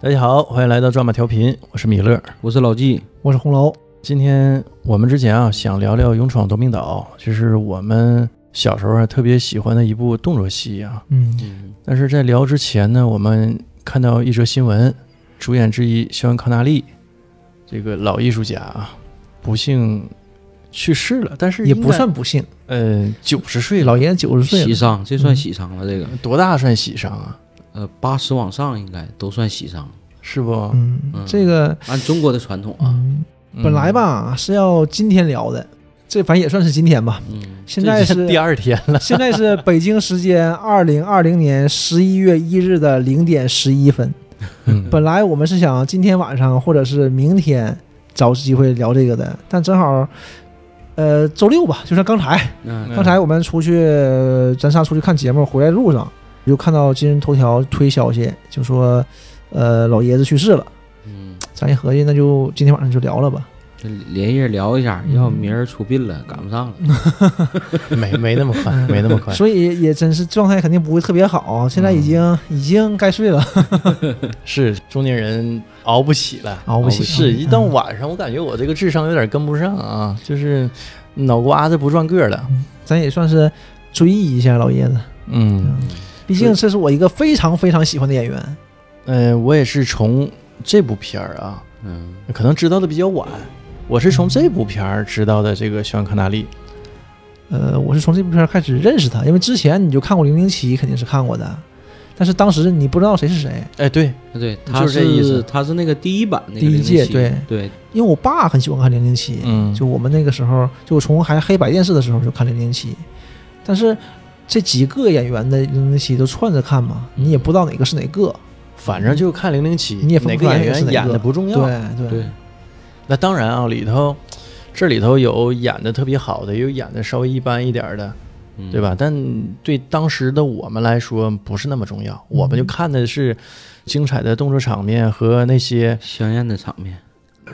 大家好，欢迎来到转马调频，我是米勒。我是老纪，我是红楼，今天我们之前啊，想聊聊《勇闯夺命岛》，这是我们小时候还特别喜欢的一部动作戏啊。嗯，但是在聊之前呢，我们看到一则新闻，主演之一肖恩·康纳利，这个老艺术家啊，不幸去世了，但是也应不该算不幸，呃九十岁老老爷九十岁喜了，丧，这算喜丧了。这嗯个，多大算喜丧啊？呃，八十往上应该都算喜丧，是不？嗯嗯，这个按中国的传统啊。嗯，本来吧是要今天聊的，这反正也算是今天吧。嗯，现在这已经是第二天了，现在是北京时间二零二零年十一月一日的零点十一分。嗯 本来我们是想今天晚上或者是明天找机会聊这个的，但正好，呃，周六吧，就像刚才，那刚才我们出去，呃咱仨出去看节目，回来路上就看到今日头条推消息，就说，呃，老爷子去世了。嗯，咱一合计，那就今天晚上就聊了吧。这连夜聊一下，嗯要明儿出殡了，赶不上了。没没那么快，没那么快。所以也真是状态肯定不会特别好，现在已经、已经该睡了，是中年人熬不起了，熬不起是嗯一到晚上，我感觉我这个智商有点跟不上啊，就是脑瓜子不转个了。咱也算是追忆一下老爷子。嗯，毕竟这是我一个非常非常喜欢的演员，呃，我也是从这部片儿啊，嗯，可能知道的比较晚，我是从嗯这部片儿知道的这个肖恩·康纳利。呃，我是从这部片儿开始认识他，因为之前你就看过《零零七》，肯定是看过的，但是当时你不知道谁是谁，哎，对，对，他就是这意思他是那个第一版那个第一届007对对，因为我爸很喜欢看《零零七》，嗯，就我们那个时候，就从还黑白电视的时候就看《零零七》，但是这几个演员的《零零七》都串着看嘛，你也不知道哪个是哪个。反正就看《零零七》，你也分哪不出个来演是员哪演个的不重对要。对对，那当然啊，里头这里头有演的特别好的，也有演的稍微一般一点儿的。嗯对？吧？但对当时的我们来说不是那么重要，嗯我们就看的是精彩的动作场面和那些香艳的场面，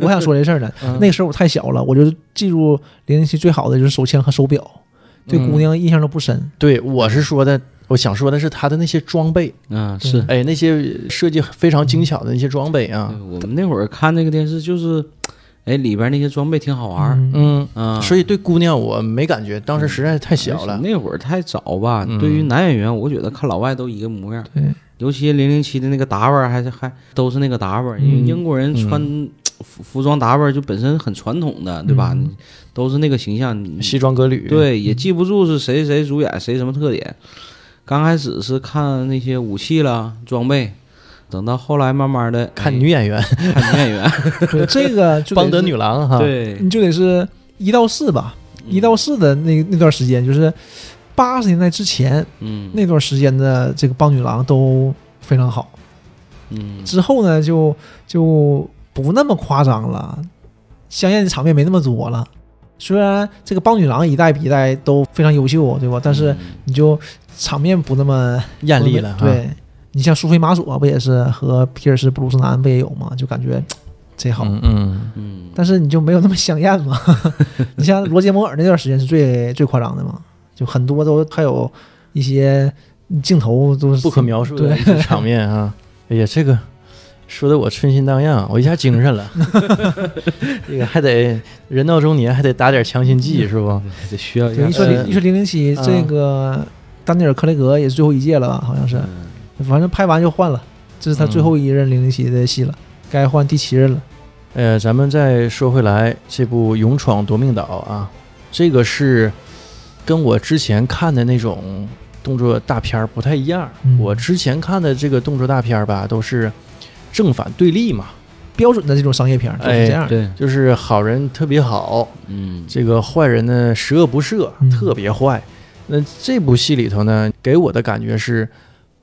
我想说这事儿呢，嗯那个时候我太小了，我就记住零零七最好的就是手枪和手表，对嗯姑娘印象都不深。对我是说的，我想说的是他的那些装备，嗯，是。哎，那些设计非常精巧的那些装备啊对，我们那会儿看那个电视，就是，哎，里边那些装备挺好玩儿嗯嗯，啊。嗯所以对姑娘我没感觉，当时实在太小了，那会儿太早吧。嗯对于男演员，我觉得看老外都一个模样。对，尤其零零七的那个打扮，还是还都是那个打扮，因为嗯英国人穿服服装打扮就本身很传统的，对吧？嗯你都是那个形象，你西装革履，，对也记不住是谁谁主演谁什么特点。刚开始是看那些武器啦、装备，等到后来慢慢的哎看女演员看女演员，对，这个就得邦德是女郎哈，， 对，嗯你就得是一到四吧，啊一到四的那那段时间，就是八十年代之前嗯那段时间的这个邦女郎都非常好。嗯之后呢，就就不那么夸张了，香艳的场面没那么多了。虽然这个邦女郎一代比一代都非常优秀，嗯对吧？但是你就场面不那么艳丽了哈，对你像苏菲玛索不也是和皮尔斯布鲁斯南不也有吗？就感觉这好，嗯嗯，嗯，但是你就没有那么香艳 嘛。你像罗杰摩尔那段时间是最最夸张的嘛，就很多都还有一些镜头都是不可描述的一些场面啊，哎呀，这个说的我春心荡漾，啊我一下精神了。这个还得人到中年，还得打点强心剂，是不？这需要对，一说呃零一说零零七，这个丹尼尔·克雷格也是最后一届了吧？好像是，嗯反正拍完就换了，这是他最后一任零零七的戏了，嗯该换第七任了。呃，咱们再说回来，这部《勇闯夺命岛》啊，这个是跟我之前看的那种动作大片儿不太一样。嗯我之前看的这个动作大片儿吧，都是正反对立嘛，标准的这种商业片儿就是这哎样，对，就是好人特别好，嗯，这个坏人呢，十恶不赦，嗯特别坏。那这部戏里头呢，给我的感觉是，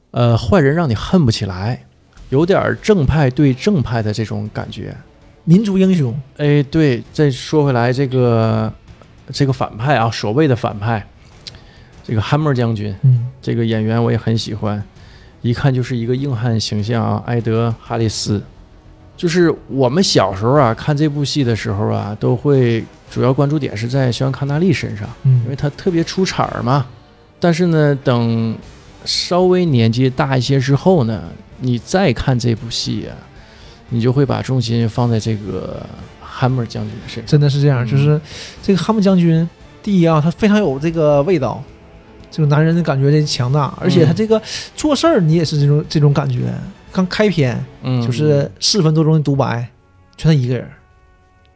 呃，坏人让你恨不起来，有点儿正派对正派的这种感觉。民族英雄，哎，对，再说回来，这个这个反派啊，所谓的反派，这个汉默将军嗯，这个演员我也很喜欢，一看就是一个硬汉形象啊，埃德·哈里斯。就是我们小时候啊，看这部戏的时候啊，都会主要关注点是在肖恩·康纳利身上。因为嗯，他特别出彩儿嘛。但是呢，等稍微年纪大一些之后呢，你再看这部戏啊，你就会把重心放在这个 Hammer 将军身上。真的是这样，嗯就是这个哈姆将军，第一啊，他非常有这个味道，这个男人的感觉这强嗯大，而且他这个做事儿你也是这种这种感觉。刚开篇嗯，就是四分多钟的独白，全他一个人，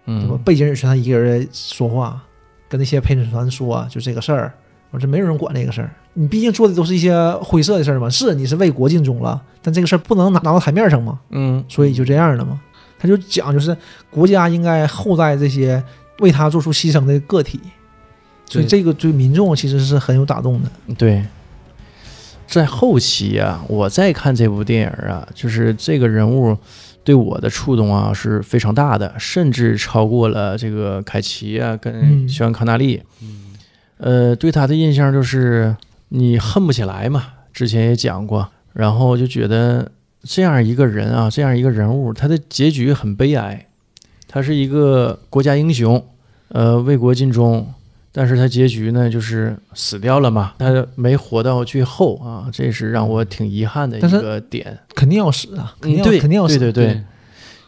对吧嗯，背景也全他一个人说话，跟那些陪审团说、啊就这个事儿，我这没有人管这个事儿。你毕竟做的都是一些灰色的事儿嘛，是你是为国尽忠了，但这个事儿不能拿拿到台面上嘛，嗯所以就这样了嘛。他就讲，就是国家应该厚待这些为他做出牺牲的个体，所以对这个对民众其实是很有打动的。对，在后期啊，我再看这部电影啊，就是这个人物对我的触动啊是非常大的，甚至超过了这个凯奇啊跟嗯肖恩康纳利。嗯呃，对他的印象就是你恨不起来嘛，之前也讲过，然后就觉得这样一个人啊，这样一个人物，他的结局很悲哀，他是一个国家英雄，呃，为国尽忠。但是他结局呢，就是死掉了嘛，他没活到最后啊，这是让我挺遗憾的一但是个点。肯定要死啊，肯嗯，定要、对，肯定要死。对对对，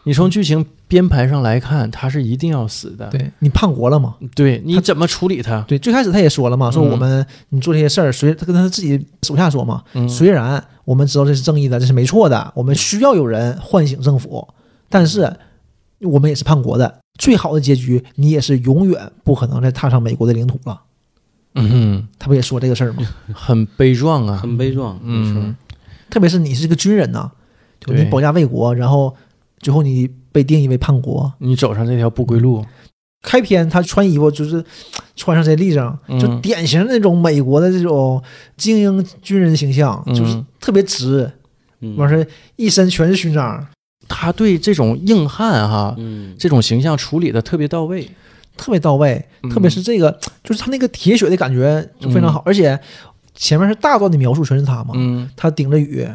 你从剧情编排上来看，他是一定要死的。对你叛国了嘛？对，你他怎么处理他？对，最开始他也说了嘛，说嗯我们、你做这些事儿，虽他跟他自己手下说嘛，嗯，虽然我们知道这是正义的，这是没错的，我们需要有人唤醒政府，但是我们也是叛国的。最好的结局，你也是永远不可能再踏上美国的领土了。嗯哼。他不也说这个事嗯儿吗？很悲壮啊，很悲壮，没错嗯，特别是你是个军人呐、就你对保家卫国，然后最后你被定义为叛国。你走上这条不归路，开篇他穿衣服就是穿上这立正，嗯就典型那种美国的这种精英军人形象，嗯就是特别直，嗯完事儿一身全是勋章，他对这种硬汉哈、啊嗯，这种形象处理的特别到位，特别到位。嗯特别是这个，就是他那个铁血的感觉就非常好，而且前面是大段的描述全是他嘛，嗯，他顶着雨，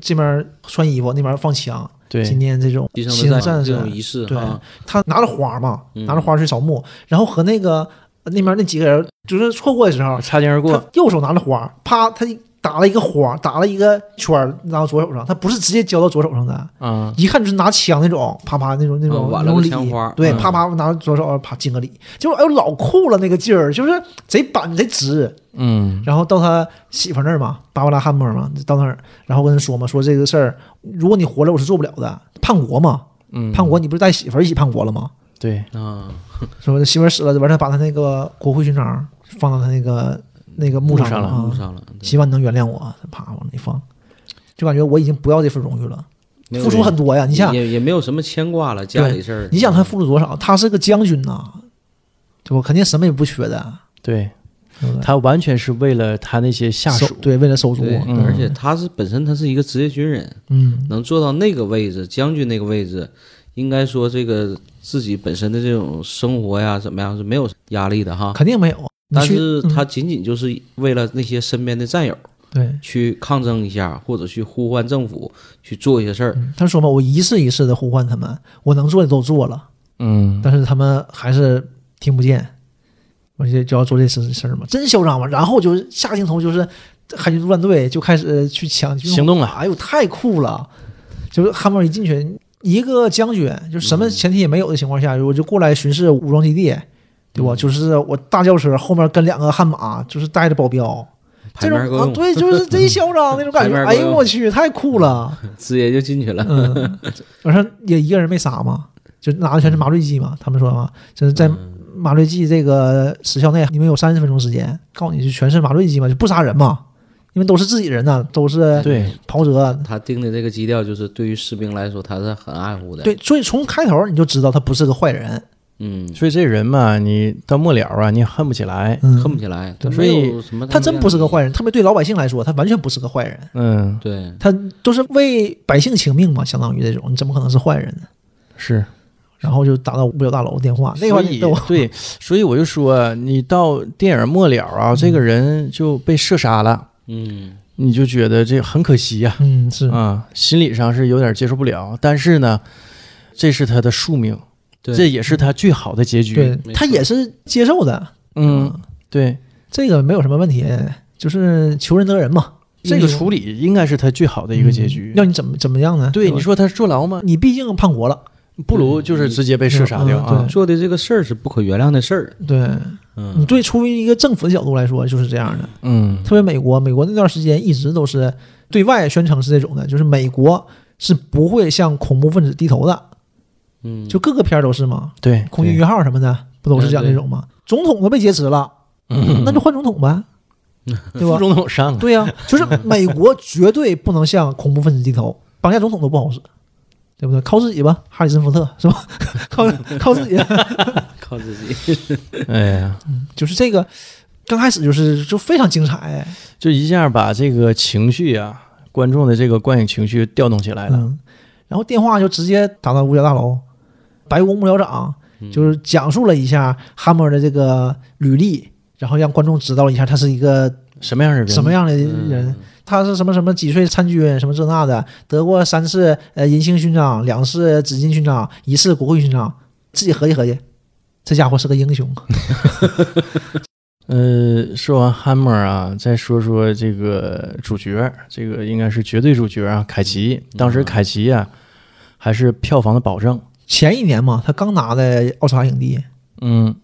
这边穿衣服，那边放枪，今对，天这种牺牺牲牲的战战这士种，仪式对啊，他拿着花嘛，嗯拿着花去扫墓，然后和那个呃那边那几个人就是错过的时候，擦肩而他过，右手拿着花，啪，他打了一个花，打了一个圈儿，拿到左手上，他不是直接交到左手上的，啊，一看就是拿枪那种，啪啪那种那种嗯挽了那种个礼枪花，对，嗯啪啪拿左手啪敬个礼，结果哎呦老酷了那个劲儿，就是贼板贼直，嗯然后到他媳妇儿那儿嘛，芭芭拉汉默嘛，到那儿，然后跟他说嘛，说这个事儿，如果你活着，我是做不了的，叛国嘛，嗯，叛国，你不是带媳妇儿一起叛国了吗？对，啊，说媳妇儿死了，完他把他那个国徽勋章放到他那个那个墓上上了啊误上了，对希望你能原谅我，啪往那一放，就感觉我已经不要这份荣誉了，没有付出很多呀，你想，也也没有什么牵挂了，家里事儿，你想他付出多少？他是个将军呐、对吧？肯定什么也不缺的，对对不对？他完全是为了他那些下手属，对，为了手足，对，嗯而且他是本身他是一个职业军人，嗯，能做到那个位置，将军那个位置，应该说这个自己本身的这种生活呀，怎么样是没有压力的哈。肯定没有。你但去是嗯他仅仅就是为了那些身边的战友对，去抗争一下，或者去呼唤政府去做一些事儿，嗯他说嘛，我一次一次的呼唤他们，我能做的都做了，嗯，但是他们还是听不见，我就就要做这事事儿嘛，真嚣张嘛。然后就下镜头就是海军陆战队就开始去抢军火行动了，哎呦太酷了！就是汉默一进去，一个将军就什么前提也没有的情况下，我就过来巡视武装基地，对吧？就是我大轿车后面跟两个悍马，就是带着保镖。牌这面种啊够，用，对，就是贼嚣张那种感觉。牌面够哎呦用我去，太酷了！直接就进去了。嗯，完事儿也一个人没杀嘛，就拿的全是麻醉剂嘛。他们说嘛，就是在麻醉剂这个时效内，你们有三十分钟时间，告诉你就全是麻醉剂嘛，就不杀人嘛，因为都是自己人呐、都是对，袍泽。他定的这个基调就是对于士兵来说，他是很爱护的。，对，所以从开头你就知道他不是个坏人，嗯，所以这人嘛，你到末了啊，你恨不起来，恨不嗯，起来，他所没以有什么，他真不是个坏人，特别对老百姓来说，他完全不是个坏人，嗯，对，他都是为百姓请命嘛，相当于这种，你怎么可能是坏人呢？是，然后就打到五角大楼电话，那所块以儿都对，所以我就说，你到电影末了啊，这个人就被射杀了，嗯，你就觉得这很可惜呀、嗯是啊，心理上是有点接受不了，但是呢，这是他的宿命，对这也是他最好的结局。对没他错也是接受的，嗯，对，这个没有什么问题，就是求人得人嘛。嗯这个处理应该是他最好的一个结局。要你怎么怎么样呢？对，吧你说他是坐牢吗？你毕竟叛国了，不如就是直接被射杀掉嗯啊对！做的这个事儿是不可原谅的事儿。对你嗯，对，出于一个政府的角度来说就是这样的。嗯特别美国，美国那段时间一直都是对外宣称是这种的，就是美国是不会向恐怖分子低头的，嗯，就各个片儿都是嘛，对，空军一号什么的不都是讲这种吗？总统都被劫持了，那就换总统呗，对副吧？总统上啊，对呀、就是美国绝对不能向恐怖分子低头，绑架总统都不好使，对不对？靠自己吧，哈里森福特是吧？ 靠靠自己， 靠自己。哎呀，就是这个。刚开始就是就非常精彩，就一下把这个情绪啊，观众的这个观影情绪调动起来了。嗯，然后电话就直接打到五角大楼，白宫幕僚长就是讲述了一下哈默尔的这个履历，然后让观众知道了一下他是一个什么样的人？什么样的人，嗯他是什么什么几岁参军，什么这那的，得过三次呃银星勋章，两次紫金勋章，一次国会勋章，自己合计合计，这家伙是个英雄。呃，说完 Hammer 啊，再说说这个主角，这个应该是绝对主角啊，凯奇。当时凯奇啊，还是票房的保证。前前一年嘛，他刚拿的奥斯卡影帝，嗯，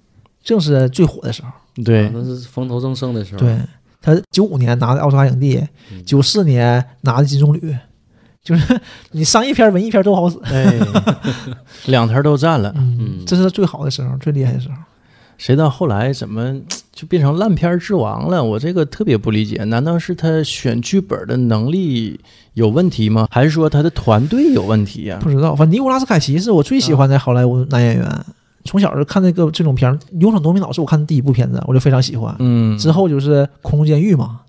正是最火的时候。对，那是嗯风头正盛的时候。对他九五年拿的奥斯卡影帝，九四年拿的金棕榈，就是 你商业片、文艺片都好使。哎，两头都占了。嗯，这是他最好的时候，最厉害的时候。嗯谁到后来怎么就变成烂片之王了？我这个特别不理解，难道是他选剧本的能力有问题吗？还是说他的团队有问题呀、不知道，反正尼古拉斯凯奇是我最喜欢的好莱坞男演员。从小就看那个这种片儿，《勇闯夺命岛》是我看的第一部片子，我就非常喜欢。嗯，之后就是《空中监狱》嘛，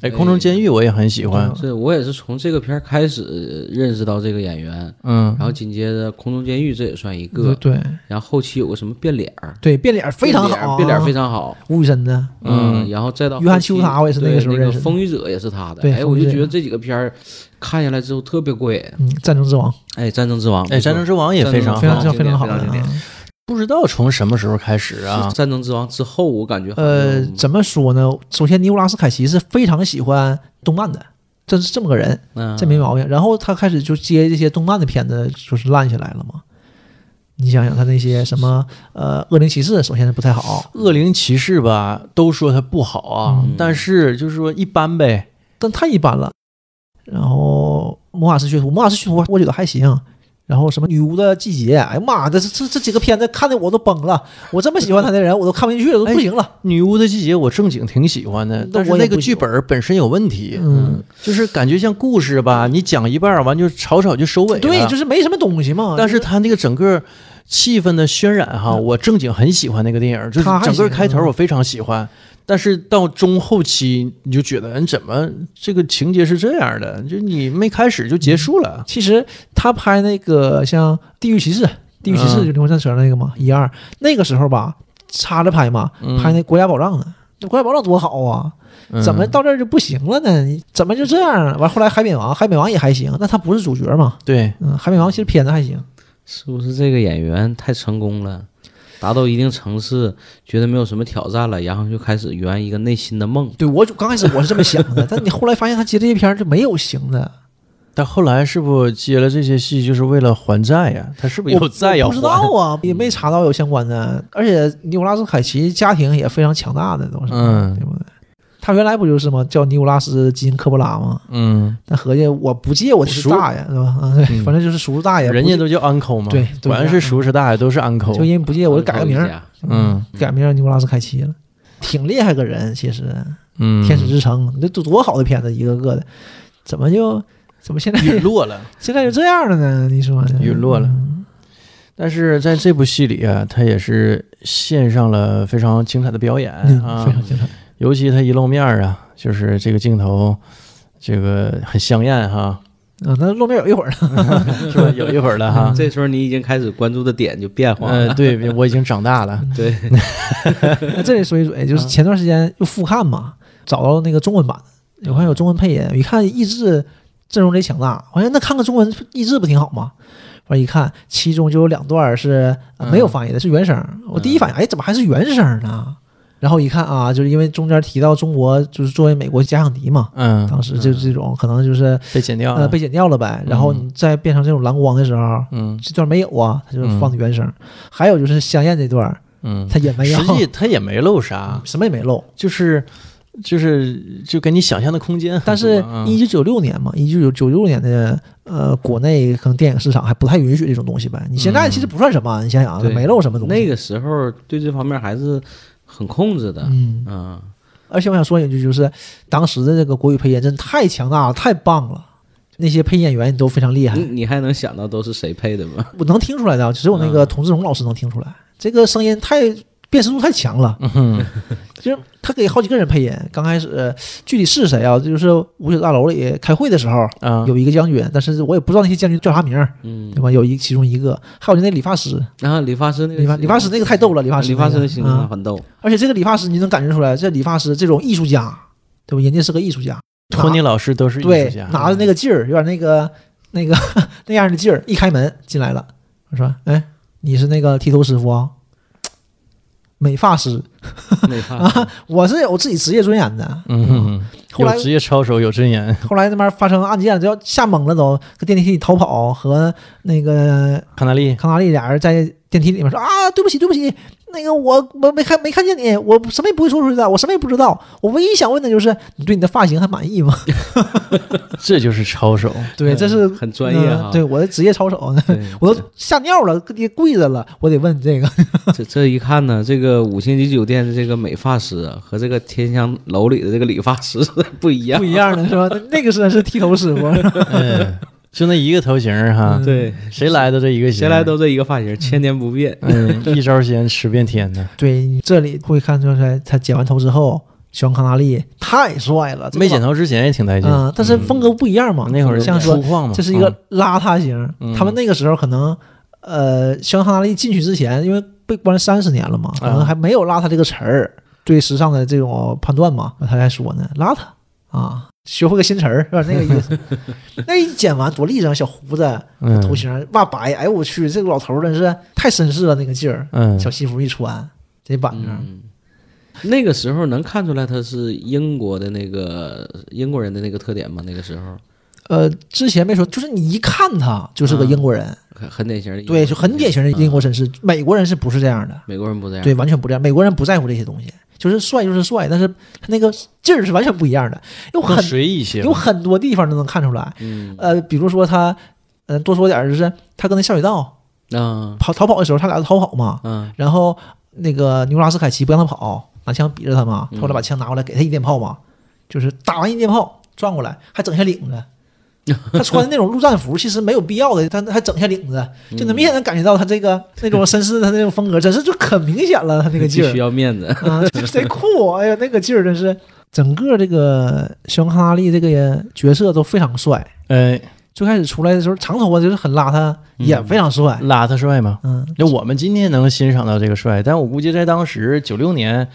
哎，空中监狱我也很喜欢。是我也是从这个片儿开始呃认识到这个演员，嗯然，后紧接着《空中监狱》这也算一嗯对个，对然后后期有个什么变脸儿，对，变脸非常好啊，变脸儿非常好。吴宇森的，嗯嗯，然后再到约翰后期丘塔我也是那对个那时候认识的风雨者也是他的。对哎，风我雨就者觉得这几个片儿看下来之后特别过瘾。嗯，战争之王哎，战争之王，哎，战争之王也非常非常好之。王非常好的经典啊非常。不知道从什么时候开始啊是？战争之王之后，我感觉好像呃，怎么说呢？首先，尼古拉斯凯奇是非常喜欢动漫的，这是这么个人，嗯这没毛病。然后他开始就接这些动漫的片子，就是烂下来了嘛。你想想，他那些什么呃，《恶灵骑士》首先是不太好，恶灵骑士吧，都说它不好啊，嗯但是就是说一般呗。但太一般了。然后《魔法师学徒》，《魔法师学徒》我觉得还行。然后什么《女巫的季节》，哎呀妈的，这这这几个片子看的我都崩了。我这么喜欢他的人，我都看不进去了，都不行了。女巫的季节我正经挺喜欢的，但是我也那个不喜剧欢本本身有问题，嗯，就是感觉像故事吧，你讲一半儿完就草草就收尾了。对，就是没什么东西嘛。但是他那个整个气氛的渲染哈，嗯我正经很喜欢那个电影，就是他还整个行开头嗯我非常喜欢，但是到中后期你就觉得，嗯，怎么这个情节是这样的？就你没开始就结束了，其实他拍那个像《地狱骑士》，《地狱骑士》嗯就灵魂战车那个嘛，一二那个时候吧，插着拍嘛，拍那《国家宝藏》呢。那《嗯国家宝藏》多好啊！嗯怎么到这儿就不行了呢？你怎么就这样啊了？完后来《海扁王》，《海扁王》也还行，那他不是主角嘛？对？嗯，《海扁王》其实片子还行，是不是这个演员太成功了，达到一定层次，觉得没有什么挑战了，然后就开始圆一个内心的梦。对我就刚开始我是这么想的，但你后来发现他接这些片儿就没有行的，但后来是不是接了这些戏就是为了还债呀？他是不是有我债要我还？不知道啊，也没查到有相关的。而且尼古拉斯凯奇家庭也非常强大的，都是，嗯对不对？他原来不就是吗？叫尼古拉斯基金科波拉吗？嗯，那合计我不借，我就是叔大爷，是吧？啊，对，嗯反正就是叔叔大爷，人家哎不都叫 uncle 嘛，对都果然一是样叔叔大爷都是借就 uncle，因为不哎借，我就改个名儿儿，，嗯改名儿尼古拉斯凯奇了，挺厉害个人，其实嗯， 《天使之城》这多多好的片子，一个个的，怎么就怎么现在陨落了。现在就这样了呢？你说呢陨落了。嗯但是在这部戏里啊，他也是献上了非常精彩的表演嗯，啊非，常精彩。尤其他一露面儿啊，就是这个镜头，这个很香艳哈，啊，那露面有一会儿了，嗯是吧？有一会儿了哈，这时候你已经开始关注的点就变嗯化了。呃，对我已经长大了， 对，那这里说一嘴，啊就是前段时间又复看嘛，找到那个中文版，我看有中文配音，我一看译制阵容贼强大，我说那看看中文译制不挺好吗？完一看，嗯其中就有两段是呃没有翻译的，是原声。我第一反应，哎，怎么还是原声呢？然后一看啊，就是因为中间提到中国就是作为美国假想敌嘛，嗯，啊当时就这种可能就是被剪掉了，呃被剪掉了呗。然后你再变成这种蓝光的时候，嗯这段没有啊，它就放的原声。还有就是香艳这段儿，嗯，它也没有实，际他也没漏啥，什么也没漏。就是就是就给你想象的空间很多啊，但是，一九九六年嘛，一九九六年的呃，国内可能电影市场还不太允许这种东西呗。你现在其实不算什么，你想想啊，对没漏什么东西。那个时候对这方面还是很控制的，嗯，嗯，而且我想说一句，就是当时的这个国语配音真太强大了，太棒了，那些配音演员都非常厉害你，你还能想到都是谁配的吗？我能听出来的啊，只有那个童志荣老师能听出来，这个声音太辨识度太强了。嗯哼就是他给好几个人配音，刚开始、呃具体是谁啊？就是五角大楼里开会的时候，啊，有一个将军，但是我也不知道那些将军叫啥名儿，嗯对，吧？有一其中一个，还有就那理发师，然后理发师那个理发理发师那个太逗了，理发师理发师那的个形啊象很逗， 而且这个理发师你能感觉出来，这理发师这种艺术家，对吧？人家是个艺术家，托尼老师都是艺对术家，，嗯拿着那个劲儿，有点那个那个 那样的劲儿，一开门进来了，我说：“哎，你是那个剃头师傅啊？”美发师，美发师我是有自己职业尊严的。嗯哼，后来有职业操守，有尊严，后来那边发生案件，都要吓懵了都，搁电梯里逃跑，和那个康纳利，康纳利俩人在电梯里面说啊，对不起，对不起，那个我我没看没看见你，我什么也不会说出去的，我什么也不知道，我唯一想问的就是你对你的发型还满意吗？ 这就是操守，对，这是很专业哈嗯对我的职业操守， 对我都吓尿了，搁地跪着了，我得问这个，这这一看呢，这个五星级酒店的这个美发师啊和这个天香楼里的这个理发师不一样不，一样的是吧？ 那个是是剃头师傅， 嗯，就那一个头型儿嗯哈，对，谁来的这一个型，谁来都这一个发型，千年不变。嗯，一招鲜吃遍天呢，对，你这里会看出来，他剪完头之后，小康纳利太帅 了，这个没剪头之前也挺带劲，嗯，但是风格不一样嘛，那会儿像说粗犷嗯嘛，这是一个邋遢型。嗯他们那个时候可能，呃，肖康纳利进去之前，因为被关三十年了啊嘛，可能还没有“邋遢”这个词儿，对时尚的这种判断嘛，他还说呢，邋遢啊，学会个新词儿是吧？那个 意思。那一剪完多立正，小胡子、嗯头型、袜白，哎呦我去，这个老头儿真是太绅士了，那个劲儿，嗯，小西服一穿，贼板正。嗯，那个时候能看出来他是英国的那个英国人的那个特点吗？那个时候呃，之前没说，就是你一看他就是个嗯英国人，很很典型的英国对，人，嗯就很典型的英国绅士。美国人是不是这样的？美国人不这样，对，完全不这样。美国人不在乎这些东西，就是帅就是帅，但是他那个劲儿是完全不一样的。有更很随意一些吧，有很多地方都能看出来。嗯呃，比如说他，呃，多说点儿，就是他跟那下水道啊跑逃跑的时候，他俩逃跑嘛，啊然后那个牛拉斯凯奇不让他跑，拿枪逼着他嗯嘛，他后来把枪拿过来给他一电炮嘛，就是打完一电炮转过来还整下领 子。他穿的那种陆战服其实没有必要的，他还整下领子，嗯就能明显的感觉到他这个那种绅士，他那种风格真是就可明显了，他那个劲 既儿需。要面子， 啊，这贼酷！哎呀，那个劲儿真是，整个这个肖康纳利这个角色都非常帅。哎，最开始出来的时候，长头发就是很邋遢，也非常帅。邋遢帅吗？嗯，那我们今天能欣赏到这个帅，但我估计在当时九六年，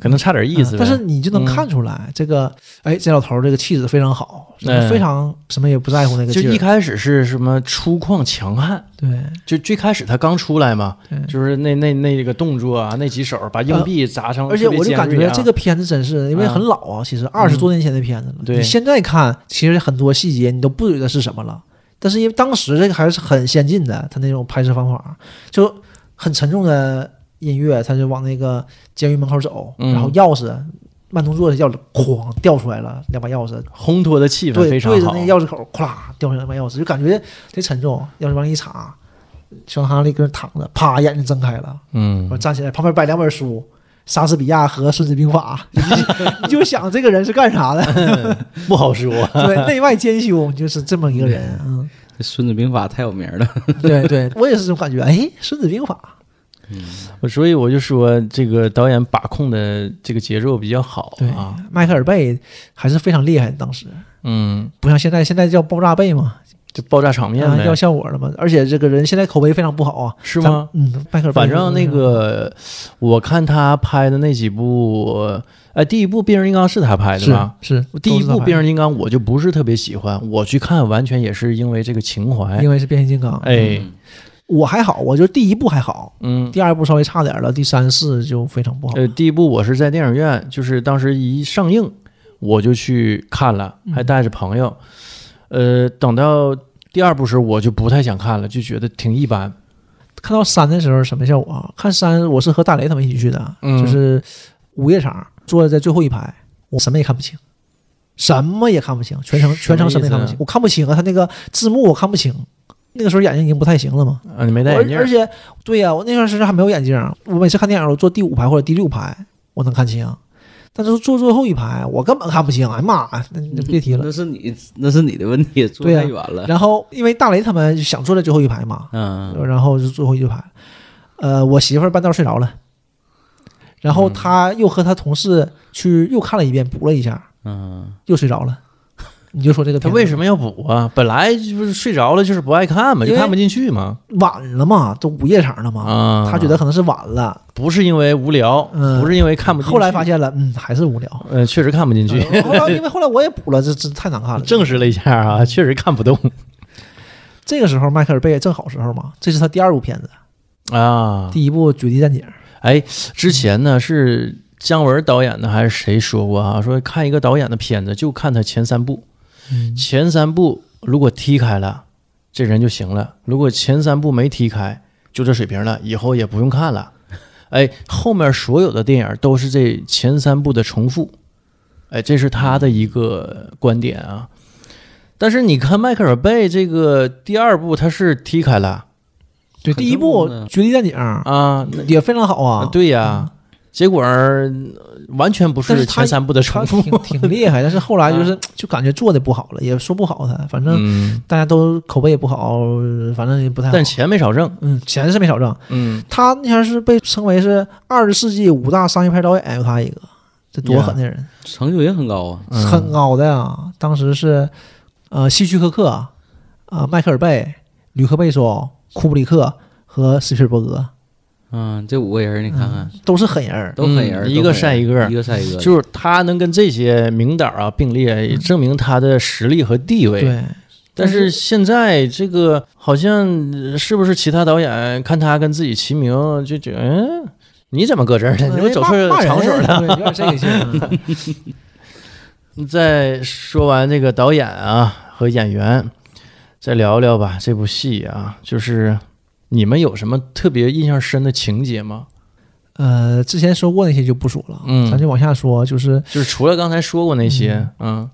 可能差点意思呗。啊但是你就能看出来，这个哎，这老头儿这个气质非常好，嗯非常什么也不在乎那个就劲一儿。开始是什么粗犷强悍，对，就最开始他刚出来嘛对，就是那那那个动作啊，那几手把硬币砸成、呃而且我就感觉这个个片子真是，因为很老啊，其实二十多年前的片子了。嗯对你现在看，其实很多细节你都不觉得是什么了。但是因为当时这个还是很先进的，他那种拍摄方法就很沉重的音乐，他就往那个监狱门口走，嗯然后钥匙慢动作的钥匙哐掉出来了，两把钥匙烘托的气氛对非对常着好。那个钥匙口咵掉出来两把钥匙，就感觉贼沉重，钥匙往里一插，小哈利搁那躺着，啪眼睛睁开了。嗯我，站起来，旁边摆两本书，《莎士比亚》和《孙子兵法》你， 你就想这个人是干 啥的？不好说。对，内外兼修，你就是这么一个人。嗯，这《孙子兵法》太有名了，对对，我也是这种感觉。哎，《孙子兵法我 所以我就说这个导演把控的这个节奏比较好》对啊。，迈克尔贝还是非常厉害的，当时嗯，不像现在，现在叫爆炸贝嘛，就爆炸场面啊呗要，效果了嘛。而且这个人现在口碑非常不好啊，是咱吗？嗯，迈克尔贝反是正那个，我看他拍的那几部，呃，第一部《变形金刚》是他拍的是吧？是第一部都是《他变形金刚》我就不是特别喜欢，我去看完全也是因为这个情拍的怀因。为是变形金刚，哎，我还好，我就第一部还好，嗯，第二部稍微差点了，第三四就非常不好。呃，第一部我是在电影院，就是当时一上映我就去看了，还嗯带着朋友。呃，等到第二部时候我就不太想看了，就觉得挺一般。看到三的时候是什么效果啊？看三我是和大雷他们一起去的，嗯就是午夜场，坐在最后一排，我什么也看不清，什么也看不清，全程什全么程什么也看不意思啊，清我看不清啊，他那个字幕我看不清。那个时候眼睛已经不太行了嘛，啊，你没戴眼而镜而儿，且对呀、我那段时间还没有眼镜儿，我每次看电影我坐第五排或者第六排，我能看清，但是坐最后一排我根本看不清，哎呀妈呀，那那别 提了。嗯那是你那是你的问题，坐对啊太远了。然后因为大雷他们想坐在最后一排嘛，嗯，然后就最后一排，呃，我媳妇儿半道睡着了，然后她又和她同事去又看了一遍，补了一下，嗯，又睡着了。你就说这个他片子为什么要补啊？本来就是睡着了，就是不爱看嘛，因就为看不进去嘛。晚了嘛？都午夜场了嘛？啊，她觉得可能是晚了，不是因为无聊，嗯不是因为看不进去。后来发，现了，嗯，还是无聊。呃，确实看不进 去。后来因为后来我也补了，这这太 难看了。证实了一下啊，确实看不 动这个时候迈克尔贝正好时候嘛，这是他第二部片子，啊。第一部《绝地战警》。哎，之前呢是姜文导演的还是谁说过啊？说看一个导演的片子就看他前三部，前三部如果踢开了，这人就行了；如果前三部没踢开，就这水平了，以后也不用看了。哎，后面所有的电影都是这前三部的重复，哎，这是他的一个观点啊。但是你看迈克尔贝这个第二部，他是踢开了对，很第一成部功的《绝地战警》啊，那也非常好啊。对呀、结果儿呃完全不但是他前三部的他重挺复。挺厉害，但是后来就是就感觉做的不好了，也说不好他，反正 嗯，大家都口碑也不好，呃反正也不太好但。钱没少挣。嗯，钱是没少挣。嗯，他那前是被称为是二十世纪五大商业片导演，有他一个，这多狠的人，成就也很高啊。嗯很高的啊。当时是呃，希区柯克啊、呃迈克尔贝、吕克贝松、库布里克和斯皮尔伯格嗯，这五个人你看看都是狠人儿。都狠人儿，嗯都一个狠人儿晒一个一个晒一个，就是他能跟这些名导啊并列，也证明他的实力和地位。嗯对，但是现在这个好像呃是不是其他导演看他跟自己齐名，就觉得嗯，你怎么搁这儿呢？你怎么走错骂场所了？了，对有点这个劲 儿。嗯再说完这个导演啊和演员，再聊聊吧这部戏啊，就是你们有什么特别印象深的情节吗？呃，之前说过那些就不说了，啊嗯咱就往下说，就是就是除了刚才说过那些，嗯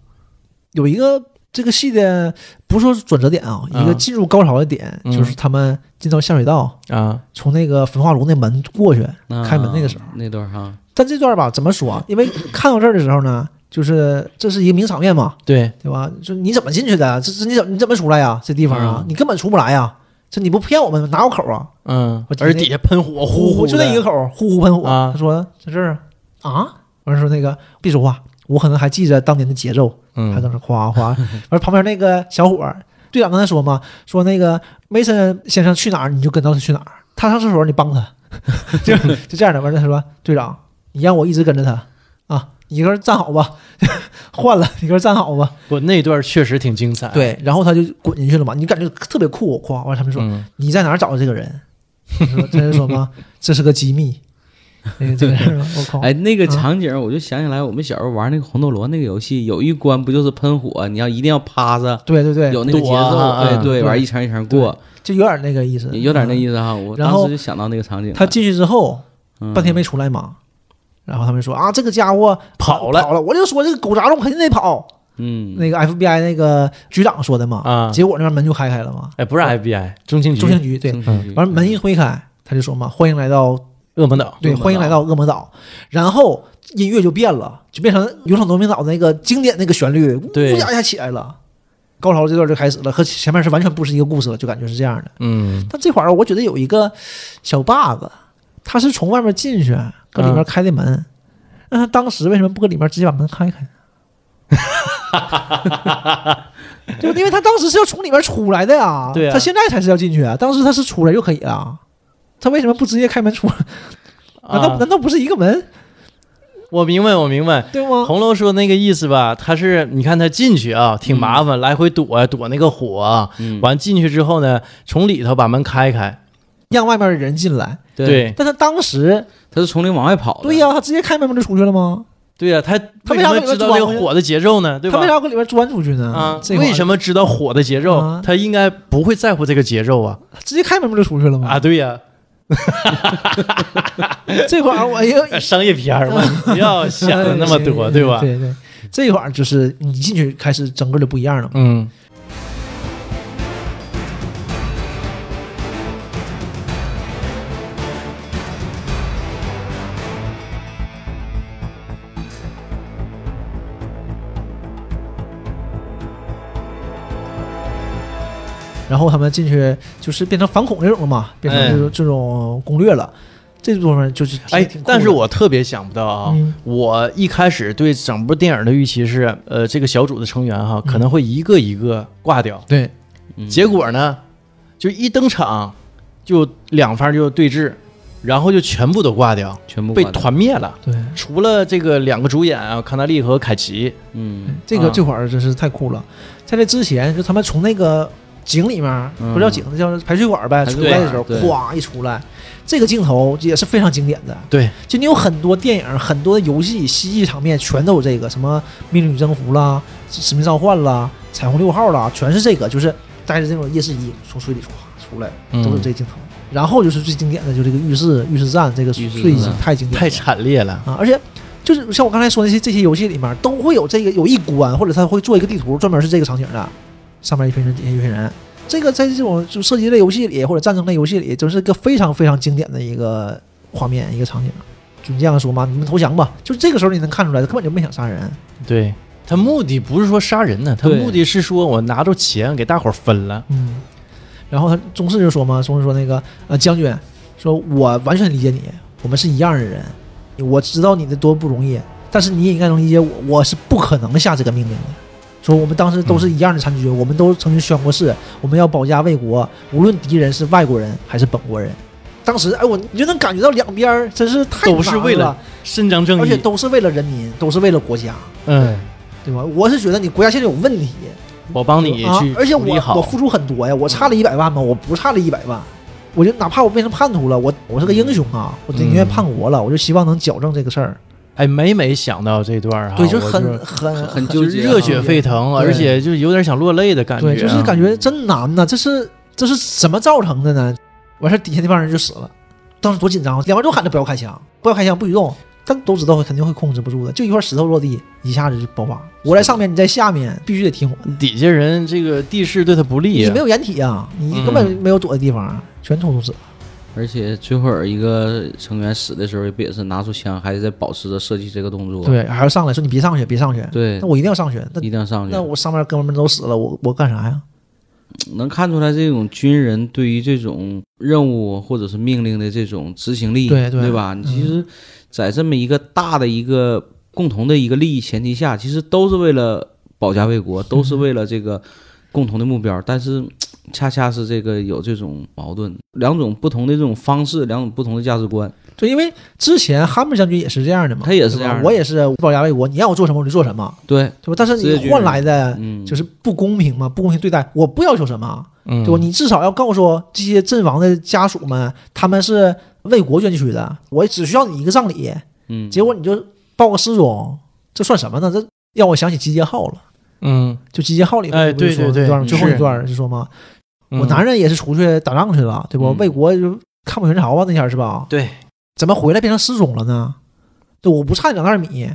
有一个这个戏的，不是说转折点啊，嗯一个进入高潮的点，嗯就是他们进到下水道，啊，从那个焚化炉那门过去。啊开门那个时候那段儿哈，但这段吧，怎么 说啊？因为看到这儿的时候呢，就是这是一个名场面嘛，对，对吧？就你怎么进去的？这这你怎么你怎么出来呀、这地方啊，嗯你根本出不来呀、这你不骗我们，哪有口啊？嗯我，记得而那底下喷火，呼呼的，就那一个口儿，呼呼喷火。啊他说在这儿啊，完事儿说那个别说话，我可能还记着当年的节奏，还嗯在那夸夸。 完旁边那个小伙儿，队长刚才说嘛，说那个梅森先生去哪儿你就跟到他去哪儿，他上厕所你帮他， 就就这样的。完了他说队长，你让我一直跟着他啊，你一个人站好吧， 换了你一个人站好吧。不，那段确实挺精彩。，哎对，然后他就滚进去了嘛，你感觉特别酷，夸。完他们说嗯，你在哪儿找的这个人？ 他说这人说嘛，这是个机 密。那个这个人，我靠！哎，那个场景我就想起来，我们小时候玩那个红斗罗那个游戏，有一关不就是喷火，你要一定要趴着，对对对，有那个节躲啊奏，啊对对，对完一层一层过，就有点那个意思，有点那思。意思哈。我然当后时就想到那个场景了，他进去之后嗯半天没出来嘛，然后他们说啊，这个家伙跑了跑了，我就说这个狗杂种肯定得跑。嗯，那个 FBI 那个局长说的嘛，啊，结果那边门就开开了嘛，哎，不是 FBI，中情局中，情局对，中情局完了门一推开，他就说嘛，欢迎来到嗯恶魔岛，对，恶魔欢迎来岛到恶魔岛。然后音乐就变了，就变成《勇闯夺命岛》那个经典那个旋律，呜对呀一下起来了。高潮这段就开始了，和前面是完全不是一个故事了，就感觉是这样的。嗯但这块儿我觉得有一个小 bug，他是从外面进去，搁里面嗯开的门。那他当时为什么不搁里面直接把门开 开呢？对，因为他当时是要从里面出来的呀。 对啊他现在才是要进去啊，当时他是出来就可以了。他为什么不直接开门出来？难道、啊难道不是一个门？我明白，我明白。对吗？红楼说那个意思吧，他是你看他进去啊，挺麻烦，来回躲啊躲那个火啊。嗯，完进去之后呢，从里头把门开开。让外面的人进来，对，但他当时，他是从里往外跑的。对呀、他直接开门不就出去了吗？对呀、啊他他为为啥什会么知道这个火的节奏呢？对他吧为？啥要搁里边钻出去呢？啊，这为什么么知道火的节奏？啊他应该不会在乎这个节奏啊！直接开门不就出去了吗？啊，对呀、这会儿我 又呃商业片儿嘛， 不要想的那么多，嗯对吧？哎对对，这会儿就是你进去开始整个就不一样了嘛。嗯，嗯然后他们进去就是变成反恐这种了嘛，变成这种这种攻略了。这部分就是挺哎挺，酷的但是我特别想不到啊，嗯我一开始对整部电影的预期是，呃，这个小组的成员哈可能会一个一个挂掉，对嗯结果呢，就一登场就两方就对峙，然后就全部都挂掉，全部被挂掉，团灭了。对，除了这个两个主演啊，康纳利和凯奇，嗯这个啊这会儿真是太酷了。在这之前，就他们从那个井里面，嗯不叫井，叫排水管呗，排出水来管的时候，对咵一出来，这个镜头也是非常经典的。对，就你有很多电影、很多游戏、戏剧场面全都有这个，什么《命令与征服》啦，《使命召唤》啦，《彩虹六号》啦，全是这个，就是带着这种夜视仪从水里唰出来，嗯都是这镜头。然后就是最经典的，就这个浴室浴室战，这个最浴室经战太经典了，太惨烈了。啊，而且就是像我刚才说那些这些游戏里面都会有这个有一关，或者他会做一个地图，专门是这个场景的，上面一群人，底下一群人。这个在这种就射击类游戏里或者战争类游戏里，就是个非常非常经典的一个画面一个场景。军将说嘛，你们投降吧，就是这个时候你能看出来，他根本就没想杀人。对他目的不是说杀人呢，他对目的是说我拿着钱给大伙儿分了。嗯，然后他宗室就说嘛，宗室说那个呃将军，说我完全理解你，我们是一样的人，我知道你的多不容易，但是你也应该能理解我，我是不可能下这个命令的。说我们当时都是一样的残局，我们都曾经宣过誓，我们要保家卫国，无论敌人是外国人还是本国人。当时哎，我你就能感觉到两边儿真是太都是难为了了，伸张正义，而且都是为了人民，都是为了国家，嗯，对吧？我是觉得你国家现在有问题，我帮你啊去、而且处理我好。我付出很多呀，我差了一百万吗？我不差了一百万，我就哪怕我变成叛徒了，我我是个英雄啊，我宁嗯愿叛国了，我就希望能矫正这个事儿。哎，每每想到这段儿哈，对，就是啊我很很很很就纠是结啊热血沸腾，对而且就有点想落泪的感觉啊、对，就是感觉真难呐、这是这是怎么造成的呢？完事儿底下那帮人就死了，当时多紧张啊，两边都喊着不要开枪，不要开枪，不许动。但都知道肯定会控制不住的，就一块石头落地，一下子就爆发。我在上面，你在下面，必须得听我的。底下人这个地势对他不利你啊没。有掩体啊，你根本嗯没有躲的地方，啊全冲突死了。而且最后一个成员死的时候，也不也是拿出枪，还是在保持着射击这个动作。对，还要上来说你别上去，别上去。对那，我一定要上去。那一定要上去那。我上面哥们儿都死了，我我干啥呀？能看出来这种军人对于这种任务或者是命令的这种执行力，对嗯对对吧？你其实，在这么一个大的一个共同的一个利益前提下，其实都是为了保家卫国，都是为了这个共同的目标，但是。恰恰是这个有这种矛盾，两种不同的这种方式，两种不同的价值观，对，因为之前哈姆将军也是这样的嘛，他也是对这吧样的我也是保家卫国，你让我做什么我就做什么，对，对吧？但是职业军你人换来的嗯，就是不公平嘛，不公平对待，我不要求什么，嗯，对吧？你至少要告诉这些阵亡的家属们，他们是为国捐躯的，我只需要你一个葬礼，嗯，结果你就报个失踪，这算什么呢？这让我想起集结号了，嗯，就集结号里哎面不是对对说对那段吗最后一是段就说嘛，嗯我男人也是出去打仗去了，对不？嗯为国就抗美援朝吧，啊那天是吧？对，怎么回来变成失踪了呢？对，我不差你两袋米，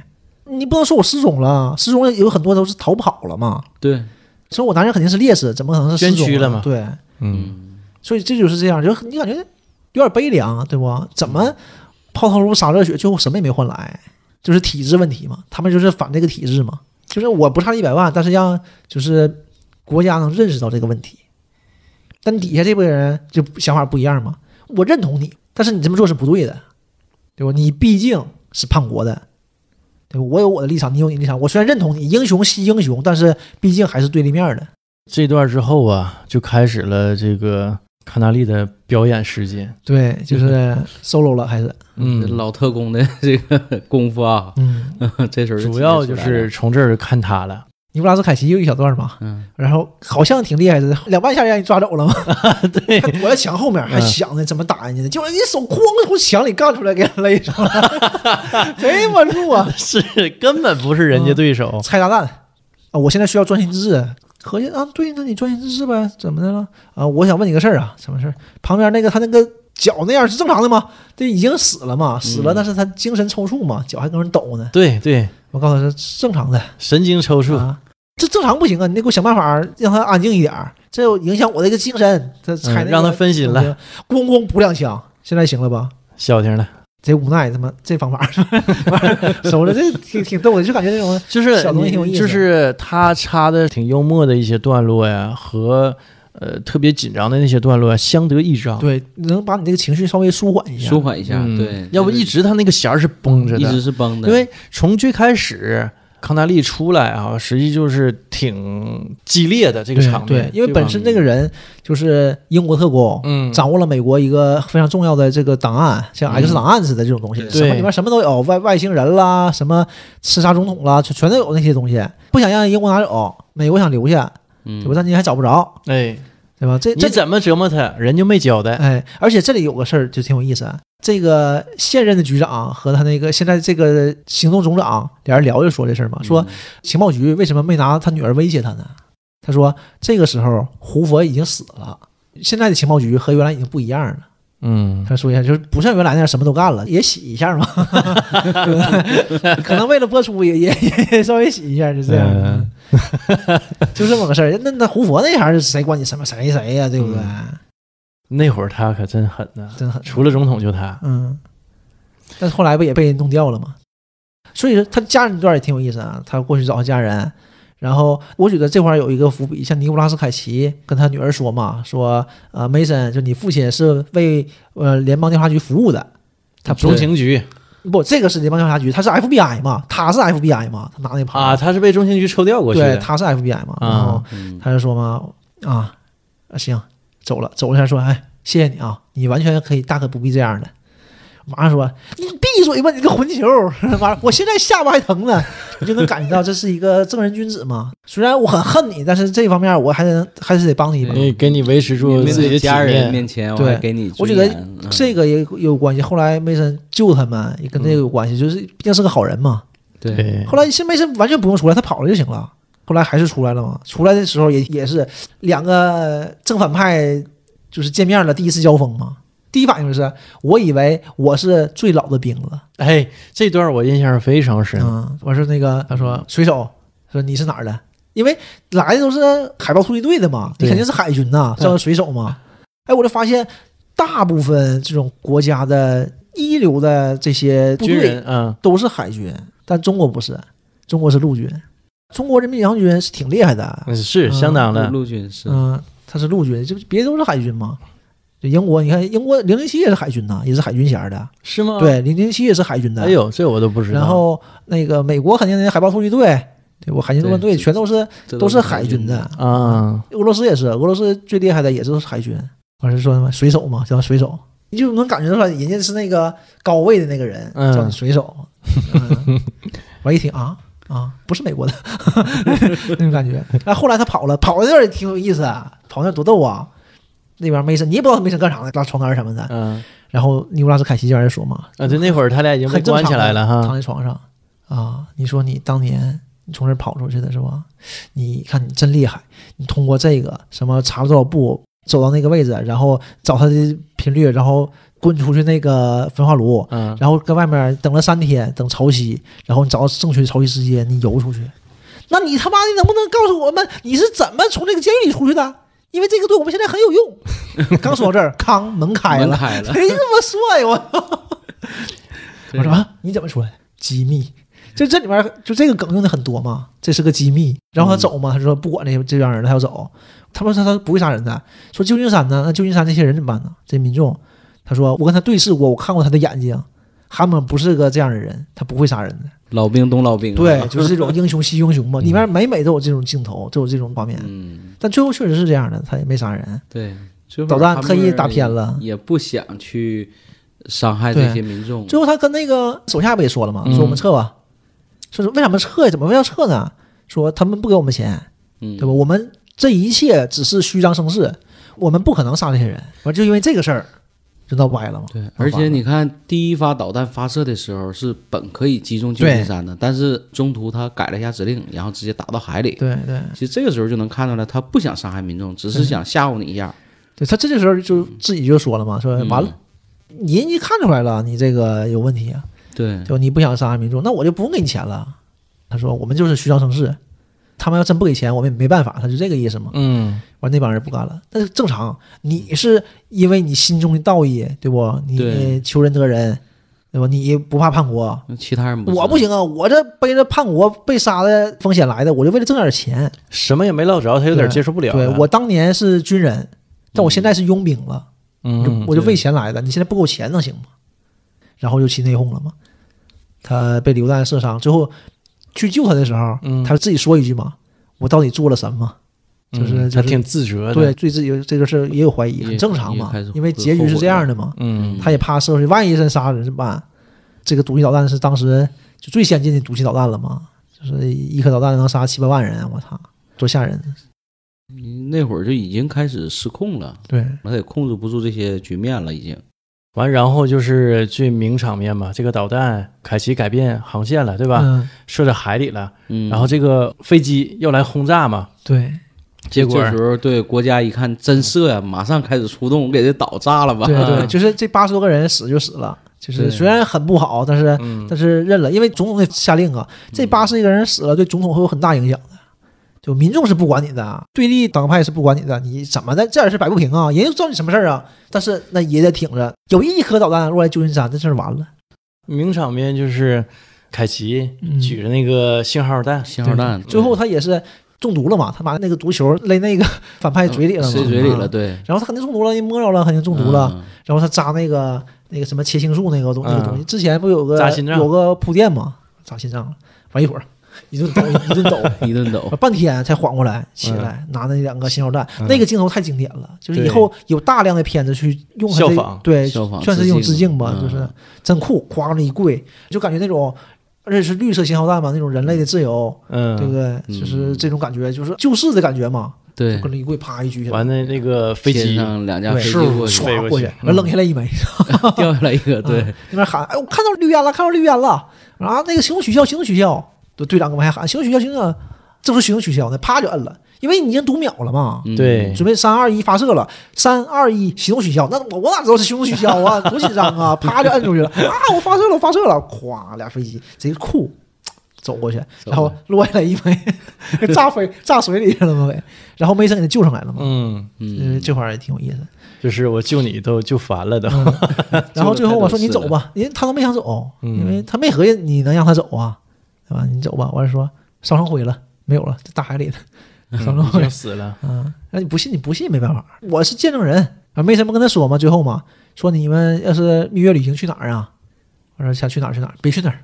你不能说我失踪了，失踪有很多都是逃跑了嘛。对，所以我男人肯定是烈士，怎么可能是失捐躯踪了嘛？嘛对，嗯，嗯，所以这就是这样，就是你感觉有点悲凉，对不？怎么抛头颅洒热血，最后什么也没换来，就是体制问题嘛。他们就是反这个体制嘛，就是我不差一百万，但是让就是国家能认识到这个问题。但底下这波人就想法不一样嘛，我认同你，但是你这么做是不对的，对吧？你毕竟是叛国的，对吧？我有我的立场，你有你的立场。我虽然认同你，英雄惜英雄，但是毕竟还是对立面的。这段之后啊，就开始了这个卡纳利的表演时间。对，就是 solo 了，还是嗯，老特工的这个功夫啊， 嗯，这时候主要就体现出来是了从这儿看他了。尼古拉斯凯奇有一小段嘛，嗯，然后好像挺厉害的，两半下让你抓走了嘛。对，我在墙后面还想着怎么打人家呢，结果人家手哐从墙里干出来，给他勒上了， 贼稳住啊！ 是根本不是人家对手。拆炸弹啊！我现在需要专心致志。合计啊，对，那你专心致志呗，怎么的了？啊，我想问你个事儿啊，什么事儿？旁边那个他那个脚那样是正常的吗？这已经死了嘛，死了，但是他精神抽搐嘛，脚还跟人抖呢。对对，我告诉他是正常的，神经抽搐。啊，这正常不行啊，你得给我想办法让他安静一点儿，这有影响我的一个精神。他嗯才、让他分心了，咣咣补两枪，现在行了吧？消停了，贼无奈，他妈这方法，手着这挺挺逗的，就感觉 这种就是小东西挺有意你思就是他插的挺幽默的一些段落呀，和呃特别紧张的那些段落呀相得益彰。对，能把你这个情绪稍微舒缓一下。舒缓一下，嗯对，要不一直他那个弦儿是绷着一直的，是绷的，因为从最开始。康纳利出来啊，实际就是挺激烈的这个对场面，对，因为对吧本身这个人就是英国特工，嗯，掌握了美国一个非常重要的这个档案，像 X 档案似的这种东西，对什么里面什么都有，外外星人啦，什么刺杀总统啦，全全都有那些东西。不想让英国拿走，美国想留下，嗯对吧？但你还找不着，哎，对吧？这你这怎么折磨他，人就没交代。哎，而且这里有个事儿就挺有意思啊，这个现任的局长和他那个现在这个行动总长俩人聊就说这事儿嘛，说嗯情报局为什么没拿他女儿威胁他呢？他说这个时候胡佛已经死了，现在的情报局和原来已经不一样了。嗯，他说一下，就是不像原来那样什么都干了，也洗 一下嘛，对吧可能为了播出也也也也稍微洗一下，就这样，嗯 就这么个事儿。那那胡佛那行是谁管你什么谁谁呀、对不对？那会儿他可真狠呐、真很嗯除了总统就他。嗯，但是后来不也被人弄掉了吗？所以说他家人那段也挺有意思啊，他过去找他家人，然后我觉得这块儿有一个伏笔，像尼古拉斯凯奇跟他女儿说嘛，说呃梅森就你父亲是为呃联邦调查局服务的，他不中情局不，这个是联邦调查局，他是 FBI 嘛，他是 FBI 嘛，他拿那牌儿啊，，他是被中情局抽调过去对，的。他是 FBI 嘛，啊然后嗯他就说嘛，啊，啊行，走了，走了一下说，哎，谢谢你啊，你完全可以，大可不必这样的。马上说，你闭嘴吧，你个混球！ 完了，我现在下巴还疼呢，你就能感觉到这是一个正人君子嘛。虽然我很恨你，但是这方面我还能还是得帮你一把。你哎给你维持住面自己对的体家人面，面前，我对还给你我尊觉得严嗯这个也有有关系。后来梅森救他们也跟这个有关系，就是毕竟是个好人嘛。对，后来新梅森完全不用出来，他跑了就行了。后来还是出来了嘛？出来的时候也也是两个正反派就是见面了，第一次交锋嘛。第一反应就是，我以为我是最老的兵了。哎，这段我印象非常深。嗯，我说那个，他说水手，说你是哪儿的？因为来的都是海豹突击队的嘛，你对肯定是海军呐，叫水手嘛。哎，我就发现大部分这种国家的一流的这些部军队人，嗯，都是海军，但中国不是，中国是陆军。中国人民解放军是挺厉害的，嗯是相当的。陆军是嗯、他是陆军，这别的都是海军嘛。就英国，你看英国零零七也是海军呐，也是海军衔儿的。是吗？，对，零零七也是海军的。哎呦，这我都不知道。然后那个美国肯定那海豹突击队，对我海军陆战队对全都是这都都是海军的。啊，俄罗斯也是，俄罗斯最厉害的也是海军。我是说什么水手嘛，叫水手，你就能感觉出来人家是那个高位的那个人，嗯叫你 水手。嗯我一听啊啊，不是美国的那种感觉。但后来他跑了，跑到那儿也挺有意思啊，跑那儿多逗啊。那边梅森，你也不知道他梅森干啥呢，拉床单什么的。嗯然后尼古拉斯凯奇这边就说嘛，啊，对，那会儿他俩已经被很正关常起来了哈。躺在床上啊。你说你当年你从这儿跑出去的是吧？你看你真厉害，你通过这个什么查了多少步，走到那个位置，然后找他的频率，然后滚出去那个焚化炉，嗯，然后跟外面等了三天，等潮汐，然后你找到正确的潮汐时间，你游出去。那你他妈的能不能告诉我们你是怎么从这个监狱里出去的？因为这个对我们现在很有用。 刚说到这儿，康门开门了，开了， 谁这么帅我？对我说啊，你怎么出来？机密，就这里面就这个梗用的很多嘛，这是个机密。然嗯后他走嘛，他说不管那这帮人了，他要走。他们说他不会杀人的，说旧金山呢，那旧金山这些人怎么办呢？这民众，他说我跟他对视过，我看过他的眼睛，哈姆不是个这样的人，他不会杀人的。老兵懂老兵， 对，就是这种英雄 惜英雄嘛，里面每每都有这种镜头，都有这种画面。嗯，但最后确实是这样的，他也没杀人。对，最后导弹他们特意打偏了也不想去伤害这对些民众。最后他跟那个手下不也说了吗？嗯说我们撤吧，说是为什么撤呀？怎么要撤呢？说他们不给我们钱，嗯对吧？我们这一切只是虚张声势，我们不可能杀这些人。完就因为这个事儿，就闹掰了嘛。对，麻而烦且了你看，第一发导弹发射的时候是本可以击中旧金山的，但是中途他改了一下指令，然后直接打到海里。对对其实这个时候就能看出来，他不想伤害民众，只是想吓唬你一下。对，他这个时候就自己就说了嘛，说嗯完了，人家看出来了，你这个有问题啊，对，就你不想伤害民众，那我就不用给你钱了。他说我们就是虚张声势，他们要真不给钱，我们也没办法，他就这个意思嘛。嗯，完那帮人不干了，那是正常。你是因为你心中的道义，对不？你对求仁得仁，对吧？你不怕叛国，那其他人不我不行，行啊！我这背着叛国被杀的风险来的，我就为了挣点钱。什么也没落着，他有点接受不了对了我当年是军人，但我现在是佣兵了，我嗯就，我就对为钱来的。你现在不给我钱能行吗？然后就起内讧了嘛。他被流弹射伤，最后去救他的时候，嗯他自己说一句嘛：“我到底做了什么？”就是嗯就他是挺自责的，对，，对自己有这个事儿也有怀疑，也很正常嘛也开始，因为会结局后是悔这样的嘛，嗯他也怕社会，万一真杀人怎么办？这个毒气导弹是当时就最先进的毒气导弹了嘛，就是一颗导弹能杀七八万人啊，我操，多吓人！那会儿就已经开始失控了，对，他也控制不住这些局面了，已经。完，然后就是最名场面嘛，这个导弹凯奇改变航线了，对吧？嗯，射在海里了，嗯，然后这个飞机要来轰炸嘛，对结果这时候对国家一看真射呀，马上开始出动，我给这岛炸了吧。对对，就是这八十多个人死就死了，就是对虽然很不好，但是嗯但是认了，因为总统得下令啊，这八十一个人死了，对总统会有很大影响的。就民众是不管你的，啊对立党派是不管你的，你怎么的这点事摆不平啊？人家知道你什么事儿啊？但是那也得挺着，有一颗导弹落在旧金山，这事儿完了。名场面就是凯奇嗯举着那个信号弹， 信号弹嗯最后他也是中毒了嘛，他把那个毒球勒那个反派嘴里了嘛，塞嘴里了，啊。对，然后他肯定中毒了，人摸着了，肯定中毒了。嗯。然后他扎那个那个什么切青素那个东那个东西，嗯之前不有个扎心脏有个铺垫吗？扎心脏了，完一会儿一顿抖一顿抖，嗯一顿抖，半天才缓过来，起来、拿那两个信号弹，那个镜头太经典了，就是以对后有大量的片子去用它效这仿对，效仿算是一种致敬吧，嗯就是真酷，哐那一跪，就感觉那种。而且是绿色信号弹嘛，那种人类的自由，对不嗯，对？嗯就是这种感觉，就是救世的感觉嘛。对就，跟着一跪，啪一举起来，完了那个飞天机上两架对飞机是过去飞唰过过去去，完扔下来一枚， 掉下来一个，对啊，那边喊，哎，我看到绿烟了，看到绿烟了，啊，那个行动取消，行动取消，队队长跟我们还喊行动取消，行动取消，这不是行动取消呢，啪就摁了，因为你已经读秒了嘛，嗯对准备三二一发射了，三二一行动取消，那我我哪知道是行动取消啊，多紧张啊，啪就摁出去了，啊，我发射了，我发射了，咵，俩飞机贼酷。走过去，然后落下来一枚， 炸飞炸水里去了嘛呗，然后梅森给他救上来了嘛，嗯，嗯，嗯，这块儿也挺有意思。就是我救你都救烦了都，嗯 然后最后我说就你是太走懂事吧，因为他都没想走，嗯因为他没合计你能让他走啊，对吧？你走吧，完了说烧成灰了，没有了，这大海里的烧成已灰经了死了，啊。那你不信，你不信没办法，我是见证人啊。没什么跟他说嘛，最后嘛，说你们要是蜜月旅行去哪儿啊？我说想去哪儿去哪儿，别去哪儿，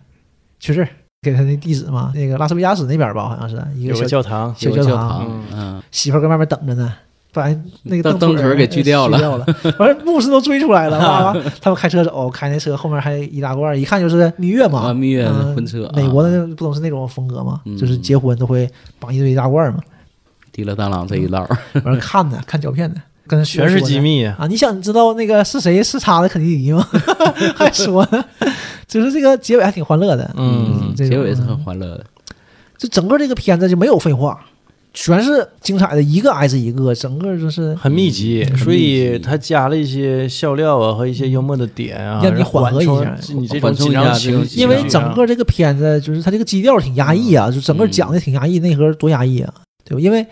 去这儿，给他那地址嘛，那个拉斯维加斯那边吧，好像是一有个个小教堂，小有教教堂堂，嗯，媳妇儿跟外面等着呢，把那个当凳凳腿儿给锯掉了了，锯掉了。完了，牧师都追出来了， 哇！他们开车走，开那车后面还一大罐，一看就是蜜月嘛，啊蜜月嗯婚车啊美国的不都是那种风格嘛，嗯就是结婚都会绑一堆一大罐嘛。提了当啷这一道，完了看呢，看胶片呢，跟全是机密密，啊！你想知道那个是谁是他的肯尼迪吗？还说呢，就是这个结尾还挺欢乐的，嗯，这种结尾是很欢乐的，就整个这个片子就没有废话，全是精彩的，一个挨着一个，整个就是很密集，嗯所以很密集他加了一些笑料啊和一些幽默的点啊，让嗯你缓和一下然后冲你这种缓冲紧一下张这情种绪，啊紧因为张整个这个片子就是它这个基调挺压抑啊，嗯就整个讲的挺压抑，内核多压抑啊，对吧？因为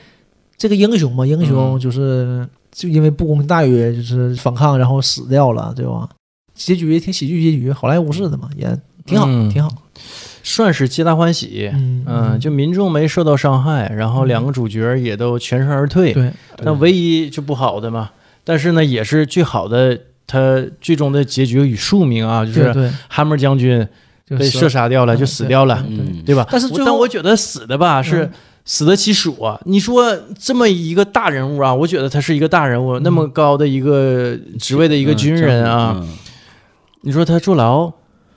这个英雄嘛，英雄嗯就是、就因为不公平待遇就是反抗，然后死掉了，对吧？结局也挺喜剧结局，好莱坞式的嘛，也挺好，嗯挺好。算是皆大欢喜。嗯嗯，就民众没受到伤害，然后两个主角也都全身而退。对，那唯一就不好的嘛，但是呢，也是最好的，他最终的结局与宿命啊，就对是对，哈默将军就被是射杀掉了，嗯就死掉了，对嗯，对吧？但是最后但我觉得死的吧嗯是死得其数啊！你说这么一个大人物啊，我觉得他是一个大人物，那嗯么高的一个职位的一个军人啊，嗯，你说他坐牢，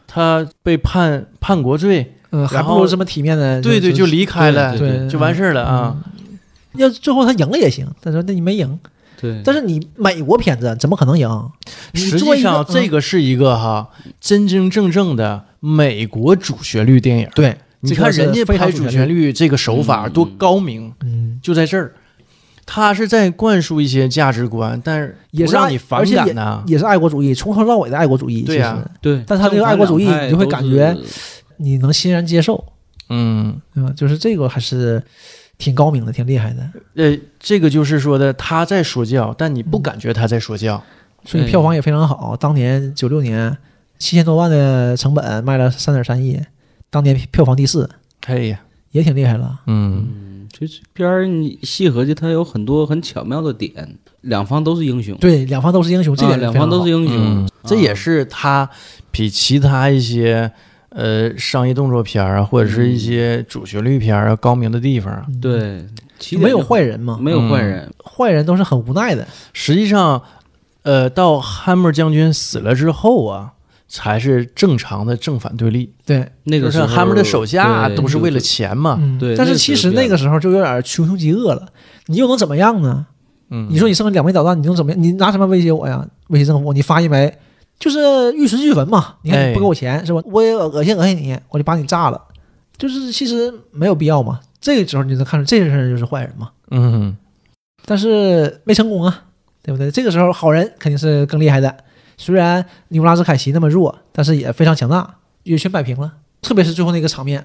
他被判叛国罪，嗯，还然不如后这么体面的，对对，就就离开了，对对就完事儿了啊。嗯要是最后他赢了也行，但是那你没赢，对，但是你美国片子怎么可能赢？你实做际一上，个嗯这个是一个哈真真正正的美国主旋律电影。对，你这看个是人家非常拍主主旋旋律，律这个手法嗯多高明，嗯，就在这儿，他是在灌输一些价值观，但是也不是让爱你而反且感呐。也是爱国主义，从头到尾的爱国主义。对呀呀、对，但是他这个爱国主义正反两派你就会感觉都是你能欣然接受，嗯，对吧？就是这个还是挺高明的，挺厉害的，呃，这个就是说的他在说教，但你不感觉他在说教。所以票房也非常好。当年九六年七千多万的成本卖了三点三亿，当年票房第四，可以，也挺厉害了。嗯，就这片儿你细合计，它有很多很巧妙的点，两方都是英雄，对，两方都是英雄，这啊点两方都是英英雄，嗯这也啊是他比其他一些呃商业动作片儿啊，或者是一些主旋律片儿啊高明的地方啊。对，起点嗯没有就坏人嘛，没有嗯坏人，坏人都是很无奈的。实际上，呃，到汉默将军死了之后啊，才是正常的正反对立。对，那个就时是候汉默的手下对都是为了就钱嘛。嗯对但那是个其是实这样那个时候就有点穷凶极恶了，你又能怎么样呢？嗯，你说你剩两枚导弹，你能怎么样？你拿什么威胁我呀？威胁政府？你发一枚，就是玉石俱焚嘛。你看你哎不给我钱是吧？我也恶心恶心你，我就把你炸了。就是其实没有必要嘛。这个时候你就能看出这个人就是坏人嘛。嗯，但是没成功啊，对不对？这个时候好人肯定是更厉害的。虽然尼古拉斯凯奇那么弱，但是也非常强大，也全摆平了。特别是最后那个场面，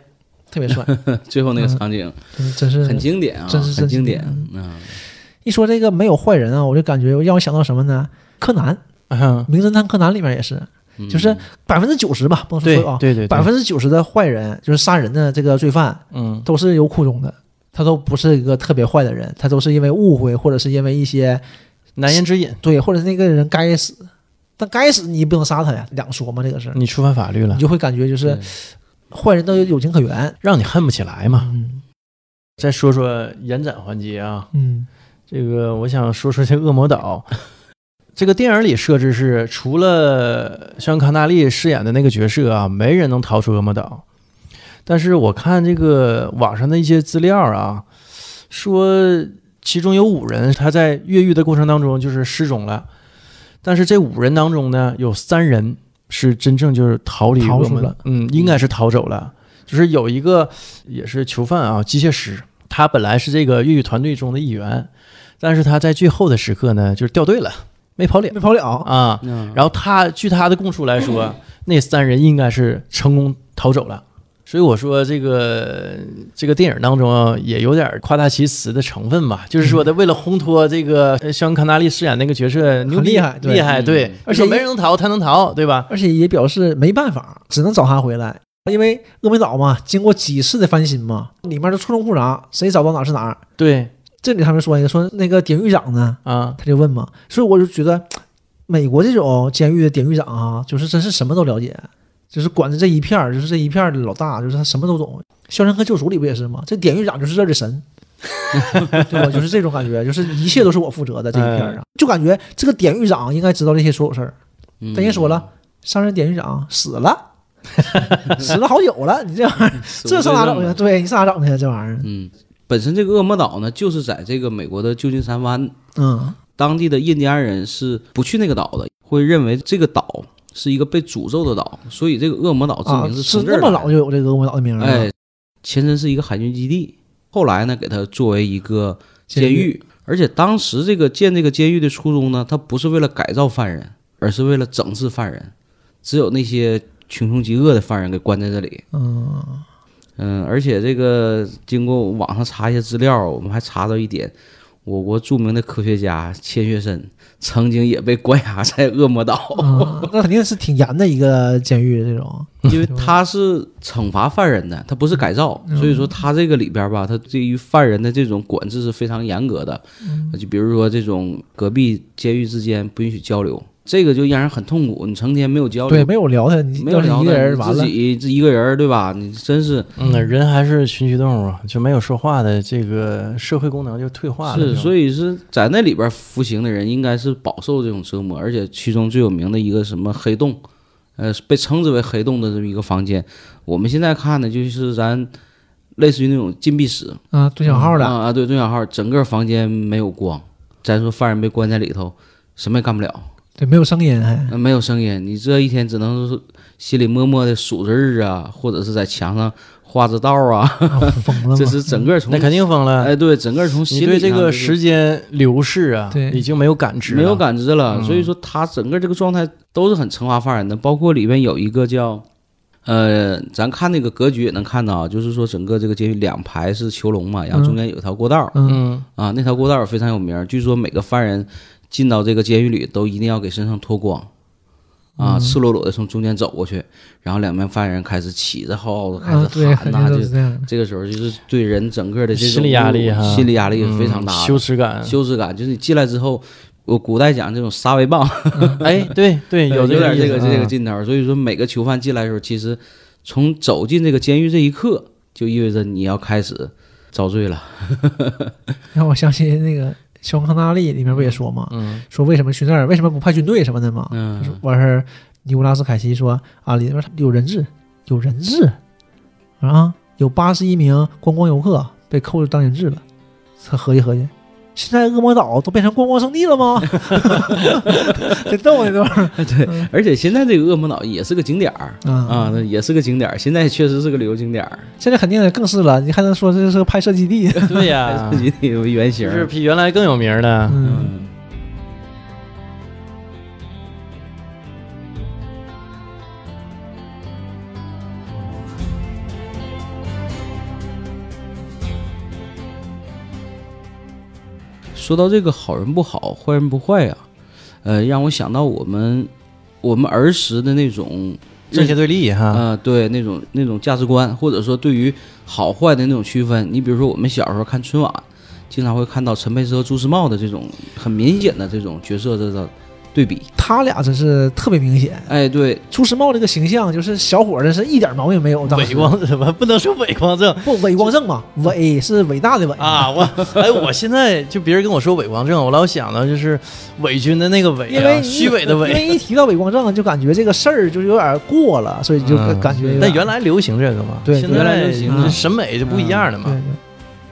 特别帅，最后那个场景真真是很经典啊，嗯真是很真经经典典啊，一说这个没有坏人啊，我就感觉让我想到什么呢？柯南，《嗯名侦探柯南》里面也是嗯就是百分之九十吧，不能说对所有啊，对对，百分之九十的坏人就是杀人的这个罪犯嗯都是有苦衷的，他都不是一个特别坏的人，他都是因为误会或者是因为一些难言之隐，对，或者是那个人该死，但该死你也不能杀他呀，两说嘛这个事儿，你触犯法律了你，就会感觉就是坏人都有有情可原，让你恨不起来嘛。嗯再说说延展环节啊，嗯这个我想说说这《恶魔岛》这个电影里设置是，除了像康纳利饰演的那个角色啊，没人能逃出恶魔岛。但是我看这个网上的一些资料啊，说其中有五人他在越狱的过程当中就是失踪了，但是这五人当中呢，有三人是真正就是逃离逃恶出魔了岛，嗯，应该是逃走了。就是有一个也是囚犯啊，机械师，他本来是这个越狱团队中的一员，但是他在最后的时刻呢，就是掉队了，没跑了没跑了，啊。然然后他据他的供述来说，那三人应该是成功逃走了。所以我说这个这个电影当中啊也有点夸大其词的成分吧，就是说的为了烘托这个呃肖恩康纳利饰演那个角色牛逼厉害对厉害，对嗯，而且你说没人能逃，他能逃，对吧？而且也表示没办法，只能找他回来。因为峨眉岛嘛，经过几次的翻新嘛，里面都错综复杂，谁找到哪儿是哪儿。对这里他们说说那个典狱长呢，啊，他就问嘛，所以我就觉得美国这种监狱的典狱长啊，就是真是什么都了解，就是管着这一片儿，就是这一片儿的老大，就是他什么都懂。《肖申克救赎》里不也是吗？这典狱长就是这儿的神， 对吧？就是这种感觉，就是一切都是我负责的这一片儿啊，就感觉这个典狱长应该知道这些所有事儿。嗯咱也说了，上任典狱长死了，死了好久了，你这玩 意儿，这上哪哎整去？对你上哪整去？这玩意儿，啊嗯，本身这个恶魔岛呢，就是在这个美国的旧金山湾，嗯当地的印第安人是不去那个岛的，会认为这个岛是一个被诅咒的岛，所以这个恶魔岛之啊，名是从这那儿么来老啊就有这个恶魔岛的名儿了。哎，前身是一个海军基地，后来呢，给它作为一个监狱。而且当时这个建这个监狱的初衷呢，它不是为了改造犯人，而是为了整治犯人。只有那些穷凶极恶的犯人给关在这里。嗯，嗯，而且这个经过网上查一些资料，我们还查到一点，我国著名的科学家钱学森曾经也被关押在恶魔岛。 啊那肯定是挺严的一个监狱，这种因为他是惩罚犯人的，他不是改造，嗯所以说他这个里边吧，他对于犯人的这种管嗯制是非常严格的。就比如说这种隔壁监狱之间不允许交流，这个就让人很痛苦。你成天没有交对，流，没有聊他，你哦没有要是聊一个的，人你完自了，己自己一个人儿，对吧？你真是嗯，人还是群居动物啊，就没有说话的这个社会功能就退化了。是，所以以是在那里边服刑的人应该是饱受这种折磨，而且其中最有名的一个什么黑洞，呃，被称之为黑洞的这么一个房间，我们现在看的就是咱类似于那种禁闭室，啊，蹲小号啊的，啊，对，蹲小号，整个房间没有光，咱说犯人被关在里头，什么也干不了，对，没有声 音还。呃没有声音，你这一天只能是心里默默的数着日啊，或者是在墙上画着道啊，啊疯了吗？这是整个从那肯定疯了。哎，对，整个从心你理对这上个就是时间流逝啊，对已经没有感知了，没有感知了，嗯所以说他整个这个状态都是很惩罚犯人的，包括里边有一个叫，呃，咱看那个格局也能看到啊，就是说整个这个监狱两排是囚笼嘛，然后中间有一条过道、嗯，嗯，啊，那条过道非常有名，据说每个犯人进到这个监狱里都一定要给身上脱光。嗯啊，赤裸裸的从中间走过去，然后两边犯人开始起着号子，开啊，始对，喊肯呐、定都就是这样的。这个时候就是对人整个的这种心理压力哈，心理压力是非常大嗯的，羞耻感。 羞耻感，就是你进来之后，我古代讲这种杀 威棒，哎，对 对，有这点意这思个这个嗯劲头儿。所以说，每个囚犯进来的时候，其实从走进这个监狱这一刻，就意味着你要开始遭罪了。让我想起那个《肖康纳利》里面不也说嘛，嗯说为什么去那儿，为什么不派军队什么的嘛？嗯， 完事儿，尼古拉斯凯奇说啊，里面有人质，有人质啊，有八十一名观光游客被扣着当人质了。他合计合计，现在恶魔岛都变成观光圣地了吗？这逗 那段儿而且现在这个恶魔岛也是个景点儿嗯啊，那也是个景点儿。现在确实是个旅游景点儿，现在肯定更是了。你还能说这是个拍摄基地？对呀、 自己的原型啊就儿。是比原来更有名儿的。嗯，嗯，说到这个好人不好，坏人不坏呀、呃，让我想到我们我们儿时的那种正邪对立哈，啊、对那种那种价值观，或者说对于好坏的那种区分。你比如说，我们小时候看春晚，经常会看到陈佩斯和朱时茂的这种很明显的这种角色的的对比。他俩真是特别明显。哎，对，朱时茂这个形象，就是小伙子是一点毛病嗯没有，当伪时光 什么不能说伪光正不伪光正嘛，伪是伟大的伟，啊！我哎，我现在就别人跟我说伪光正，我老想到就是伪军的那个伪因为啊，你虚伪的因伪。为一提到伪光正，就感觉这个事儿就有点过了，所以就嗯感觉有点。但原来流行这个嘛，对现原来在流行啊这审美就不一样了对嘛，对，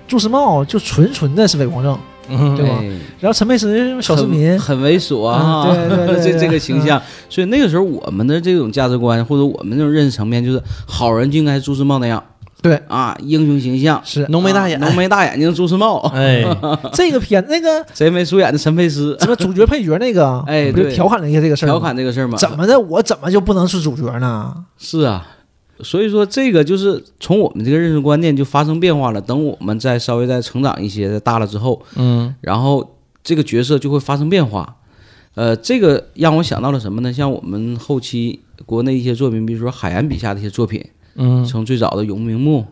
朱时茂就纯纯的是伪光正，嗯对吧哎然后陈佩斯小市很民，很猥琐啊，嗯对对对这对这个形象。所以那个时候我们的这种价值观或者我们这种认识层面，就是好人就应该是朱时茂那样对，啊，英雄形象，是浓眉大眼啊，浓眉大眼睛的朱时茂，嗯哎， 这个片那个贼眉鼠眼的陈佩斯，什么主角配角那个，哎不就对调侃了一下这个事儿吗，调侃这个事儿嘛，怎么的，我怎么就不能是主角呢？是啊，所以说这个就是从我们这个认识观念就发生变化了。等我们再稍微再成长一些、再大了之后，嗯然后这个角色就会发生变化。呃，这个让我想到了什么呢？像我们后期国内一些作品，比如说海岩笔下的一些作品，嗯从最早的《永不瞑目》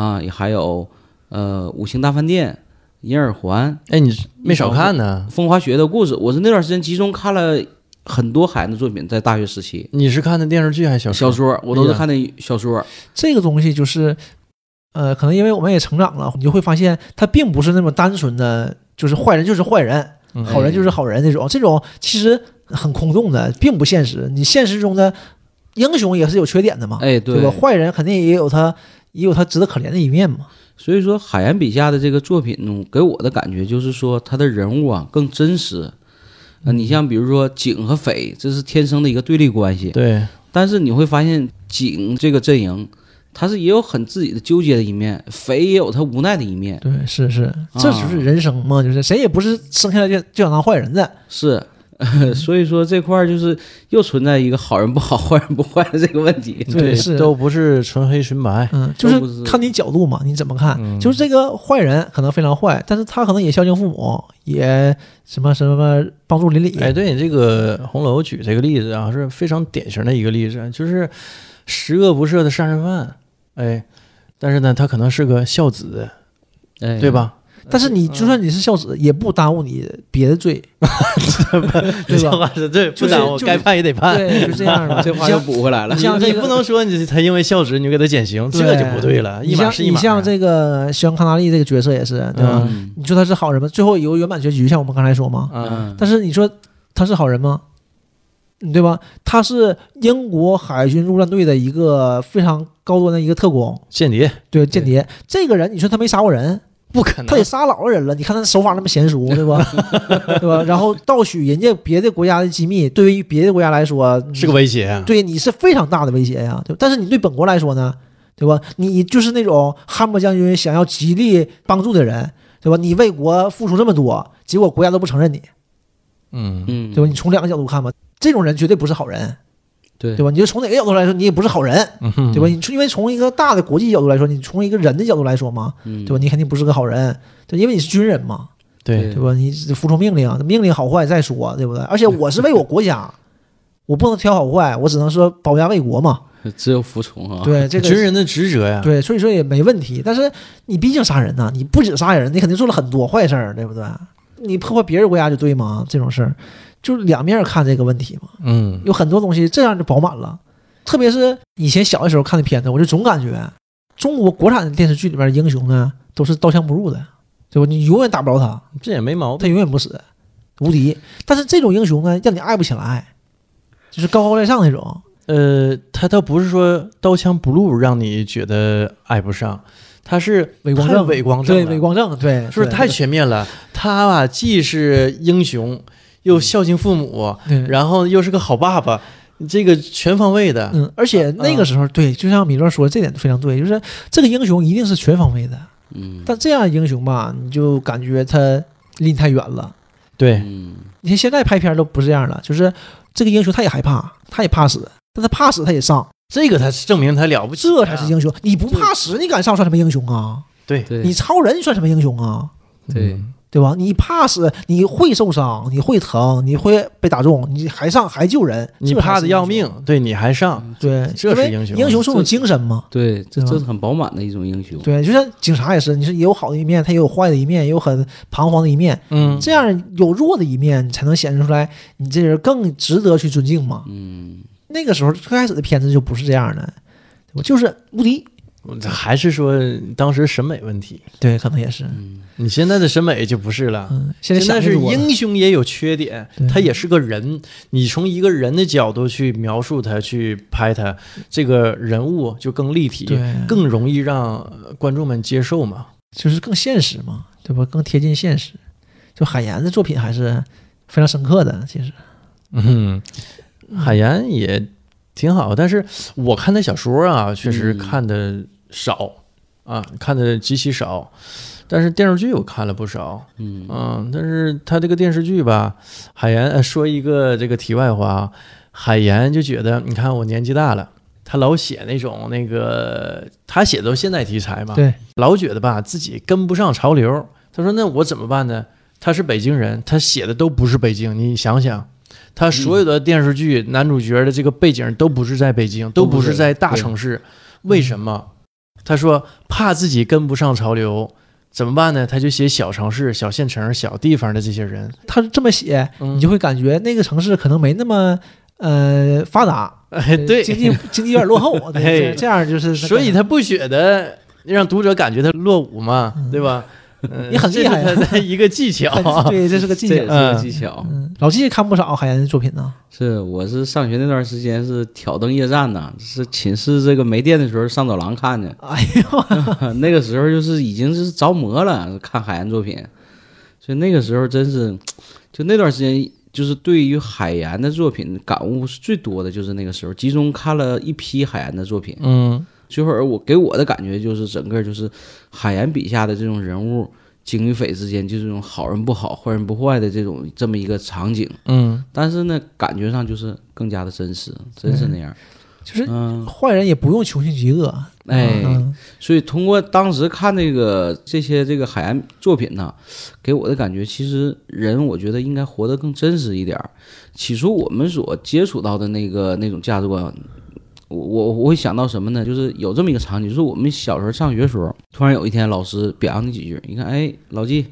啊，也还有呃《五星大饭店》《银耳环哎，你没少看呢》， 《风花雪月的故事》，我是那段时间集中看了很多海岩的作品，在大学时期。你是看的电视剧还是小小说？哎说，我都是看的小说。这个东西就是，呃，可能因为我们也成长了，你就会发现他并不是那么单纯的，就是坏人就是坏人，嗯好人就是好人那种，这种其实很空洞的，并不现实。你现实中的英雄也是有缺点的嘛，哎，对吧？坏人肯定也有他也有他值得可怜的一面嘛。所以说，海岩笔下的这个作品呢，给我的感觉就是说，他的人物啊更真实。呃，你像比如说警和匪，这是天生的一个对立关系，对，但是你会发现警这个阵营，他是也有很自己的纠结的一面，匪也有他无奈的一面，对，是是，啊这就是人生嘛，就是谁也不是生下来就就想当坏人的。是。 所以说这块儿就是又存在一个好人不好，坏人不坏的这个问题。对是都不是纯黑纯白，嗯，就都不是是看你角度嘛，你怎么看？嗯就是这个坏人可能非常坏，但是他可能也孝敬父母，也什么什么帮助邻里。哎，对你这个《红楼》举这个例子啊，是非常典型的一个例子，就是十恶不赦的杀人犯，哎，但是呢，他可能是个孝子，哎对？吧？但是你就算你是孝子，也不耽误你别的 罪， 对这吧？话是对，就是不耽误，就是该判也得判。对，就这样 的。 这话又补回来了你。像你这个不能说你他因为孝直你就给他减刑，这个就不对了，啊你一码像是一你码。像这个肖恩康纳利这个角色也是，对吧？ 嗯嗯你说他是好人吗？最后有圆满结局，像我们刚才说嘛。嗯，但是你说他是好人吗？嗯对吧？他是英国海军陆战队的一个非常高端的一个特工，间谍对间谍。这个人，你说他没杀过人，不可能，他也杀老实人了。你看他手法那么娴熟，对吧？ 对吧？然后盗取人家别的国家的机密，对于别的国家来说是个威胁啊。对你是非常大的威胁呀，对吧？但是你对本国来说呢，对吧？你就是那种汉默将军想要极力帮助的人，对吧？你为国付出这么多，结果国家都不承认你，嗯，嗯，对吧？你从两个角度看吧，这种人绝对不是好人，嗯对嗯对吧？你就从哪个角度来说，你也不是好人，嗯对吧？你从因为从一个大的国际角度来说，你从一个人的角度来说嘛，嗯对吧？你肯定不是个好人，对，因为你是军人嘛，对，对吧？你服从命令，啊命令好坏再说，对不对？而且我是为我国家，我不能挑好坏，我只能说保家卫国嘛。只有服从啊。对，这个军人的职责呀。对，所以说也没问题。但是你毕竟杀人呐、你不止杀人，你肯定做了很多坏事儿，对不对？你破坏别人国家就对吗？这种事儿就是两面看这个问题嘛。嗯，有很多东西这样就饱满了，特别是以前小的时候看的片子，我就总感觉中国国产的电视剧里边的英雄呢都是刀枪不入的，对吧？你永远打不着他，这也没毛病。他永远不死，无敌。但是这种英雄呢，让你爱不起来，就是高高在上那种。呃，他倒不是说刀枪不入让你觉得爱不上，他是伪光太正伪光正对，了伪光正，对，是不是对太全面了？他吧，既是英雄，又孝敬父母，对然后又是个好爸爸，这个全方位的。嗯，而啊且那个时候，对，就像米勒说，这点非常对，就是这个英雄一定是全方位的。嗯，但这样的英雄吧，你就感觉他离你太远了。对，嗯你看现在拍片都不是这样了，就是这个英雄他也害怕，他也怕死，但他怕死他也上，这个才是证明他了不起啊，这才是英雄。你不怕死，你敢上算什么英雄啊？对对，你超人算什么英雄啊？对嗯对吧？你怕死，你会受伤，你会疼，你会被打中，你还上还救人，你这才是怕的要英雄啊命，对你还上，对，这因是为英雄英雄是种这精神嘛。对，这对吧这是很饱满的一种英雄。对，就像警察也是，你是也有好的一面，他也有坏的一面，也有很彷徨的一面。嗯，这样有弱的一面，你才能显示出来，你这人更值得去尊敬嘛。嗯，那个时候最开始的片子就不是这样的，我就是无敌。还是说当时审美问题，对，可能也是，你现在的审美就不是了。嗯，现嗯现在想在的是多了英雄也有缺点对，他也是个人。你从一个人的角度去描述他，去拍他，这个人物就更立体，对，更容易让呃观众们接受嘛。就是更现实嘛，对吧？更贴近现实。就海岩的作品还是非常深刻的，其实，嗯，海岩也挺好，但是我看他小说啊，确实嗯看的少、啊，看的极其少。但是电视剧我看了不少，嗯嗯，但是他这个电视剧吧，海岩呃说一个这个题外话啊，海岩就觉得，你看我年纪大了，他老写那种那个他写的都现代题材嘛，对，老觉得吧自己跟不上潮流。他说：“那我怎么办呢？”他是北京人，他写的都不是北京。你想想，他所有的电视剧、男主角的这个背景都不是在北京，都不是在大城市。为什么？他说怕自己跟不上潮流，怎么办呢？他就写小城市、小县城、小地方的这些人。他这么写，嗯你就会感觉那个城市可能没那么呃发达，哎， 对，经济经济有点 落后，对，哎这这样就是，所以他不觉得让读者感觉他落伍嘛，对 吧？嗯你很厉害这呀是他的一个技 巧。 对，这是 个这技也是巧。个技巧。嗯，老季也看不少海岩的作品呢。是，我是上学那段时间是挑灯夜战呐，是寝室这个没电的时候上走廊看的。哎呦， 那个时候就是已经是着魔了，看海岩作品，所以那个时候真是，就那段时间，就是对于海岩的作品感悟是最多的，就是那个时候集中看了一批海岩的作品。嗯，最后我给我的感觉就是，整个就是海岩笔下的这种人物。警与匪之间就是这种好人不好、坏人不坏的这种这么一个场景，嗯，但是呢，感觉上就是更加的真实，真是那样。就是嗯，坏人也不用穷凶极恶，哎，嗯，所以通过当时看这个这些这个海岸作品呢，给我的感觉，其实人我觉得应该活得更真实一点儿。起初我们所接触到的那个那种价值观，我我我会想到什么呢？就是有这么一个场景，就是我们小时候上学的时候，突然有一天老师表扬你几句，你看，哎，老纪，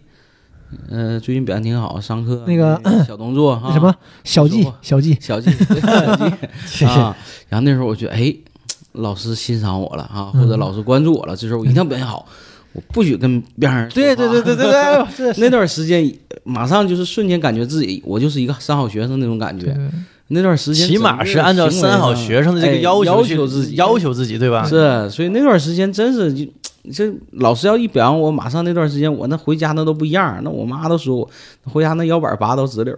呃，最近表现挺好，上课哎那个小动作哈，那 什么小你季啊说吧，小季，小纪， 对小纪， 谢谢。啊。然后那时候我觉得，哎，老师欣赏我了啊，嗯或者老师关注我了，这时候我一定要表现好，我不许跟别人说对话对对对对对哎呦，这是 那段时间马上就是瞬间感觉自己我就是一个三好学生那种感对觉。那段时间起码是按照三好学生的这个啊哎要啊哎要求去求自己要求自己，对吧？是，所以那段时间真是就。这老师要一表扬我，马上那段时间我那回家那都不一样，那我妈都说我回家那腰板拔到直溜。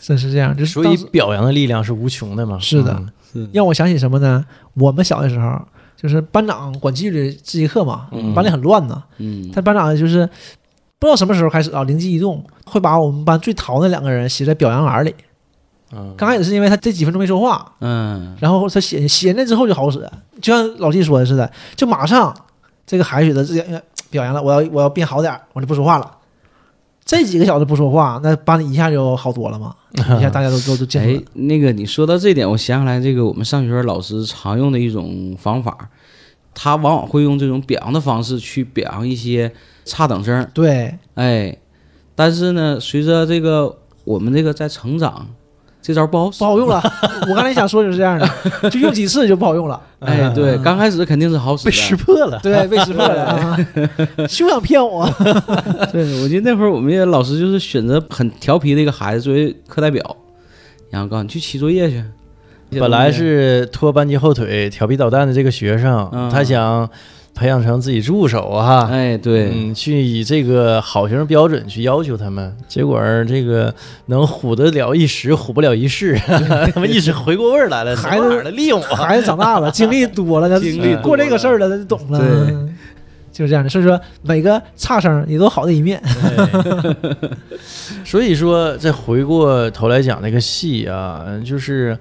真是这样，就是所当以时表扬的力量是无穷的嘛。是的嗯，让我想起什么呢？我们小的时候，就是班长管纪律自习课嘛，嗯班里很乱呢。嗯，他班长就是不知道什么时候开始啊，灵机一动，会把我们班最淘那两个人写在表扬栏里。嗯刚开始是因为他这几分钟没说话，嗯，然后他写写那之后就好使，就像老季说的似的，就马上这个孩子觉得自己呃表扬了，我要我要变好点儿，我就不说话了。这几个小时不说话，那班里一下就好多了嘛，一 下大家都都都进来啊哎了。，那个你说到这点，我想起来这个我们上学老师常用的一种方法，他往往会用这种表扬的方式去表扬一些差等生，对，哎，但是呢，随着这个我们这个在成长，这招不好使不。好用了。我刚才想说就是这样的，就用几次就不好用了。哎，对，刚开始肯定是好使被的。识破了。对，被识破了啊！休想骗我！ 对，我记得那会儿我们也老师就是选择很调皮的一个孩子作为课代表，然后告诉你去批作业去。啊本来是拖班级后腿、调皮捣蛋的这个学生，啊嗯他想培养成自己助手啊，哈，哎，对，嗯，去以这个好学生标准去要求他们，结果儿这个能唬得了一时，唬不了一世， 他们一时回过味儿来了， 孩子哪儿来利用我？孩子长大了，经历多了，他经历多了过这个事儿了，他就懂了。对就是这样的，所以说每个差生也都有好的一面。对所以说，再回过头来讲这个戏啊，就是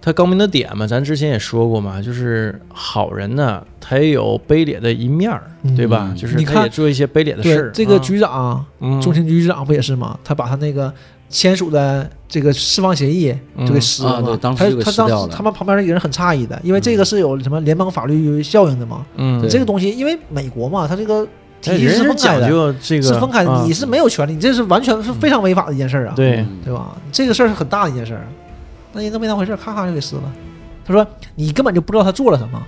他高明的点嘛，咱之前也说过嘛，就是好人呢，他也有卑劣的一面儿，嗯对吧？嗯就是你他看也做一些卑劣的事对儿。，这个啊局长，嗯中情局局长不也是吗？他把他那个签署的这个释放协议就给撕嗯了啊对嘛。当时他就给他撕掉当了嗯时他们旁边那个人很诧异的，因为这个是有什么联邦法律效应的嘛。嗯，对这个东西，因为美国嘛，他这个体哎系人是是分开讲的，究这个是分开的，啊嗯你是没有权利，你这是完全是非常违法的一件事儿啊。对嗯对吧？这个事儿是很大的一件事儿，那人都没当回事儿，咔咔就给撕了。他说你根本就不知道他做了什么。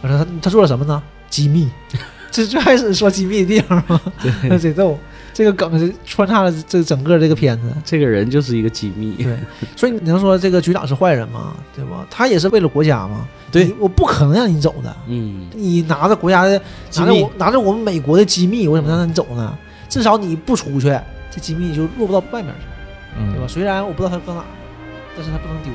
我说他他做了什么呢？机密， 这最开始说机密的地方嘛， 那贼逗。这个梗是穿插了这整个这个片子， 这个人就是一个机密。对，所以你能说这个局长是坏人吗？对吧？他也是为了国家嘛。对你，我不可能让你走的。嗯，你拿着国家的，机拿着密我拿着我们美国的机密，我怎么能让你走呢？至少你不出去，这机密就落不到外面去。嗯对吧？虽然我不知道他搁哪儿，但是他不能丢。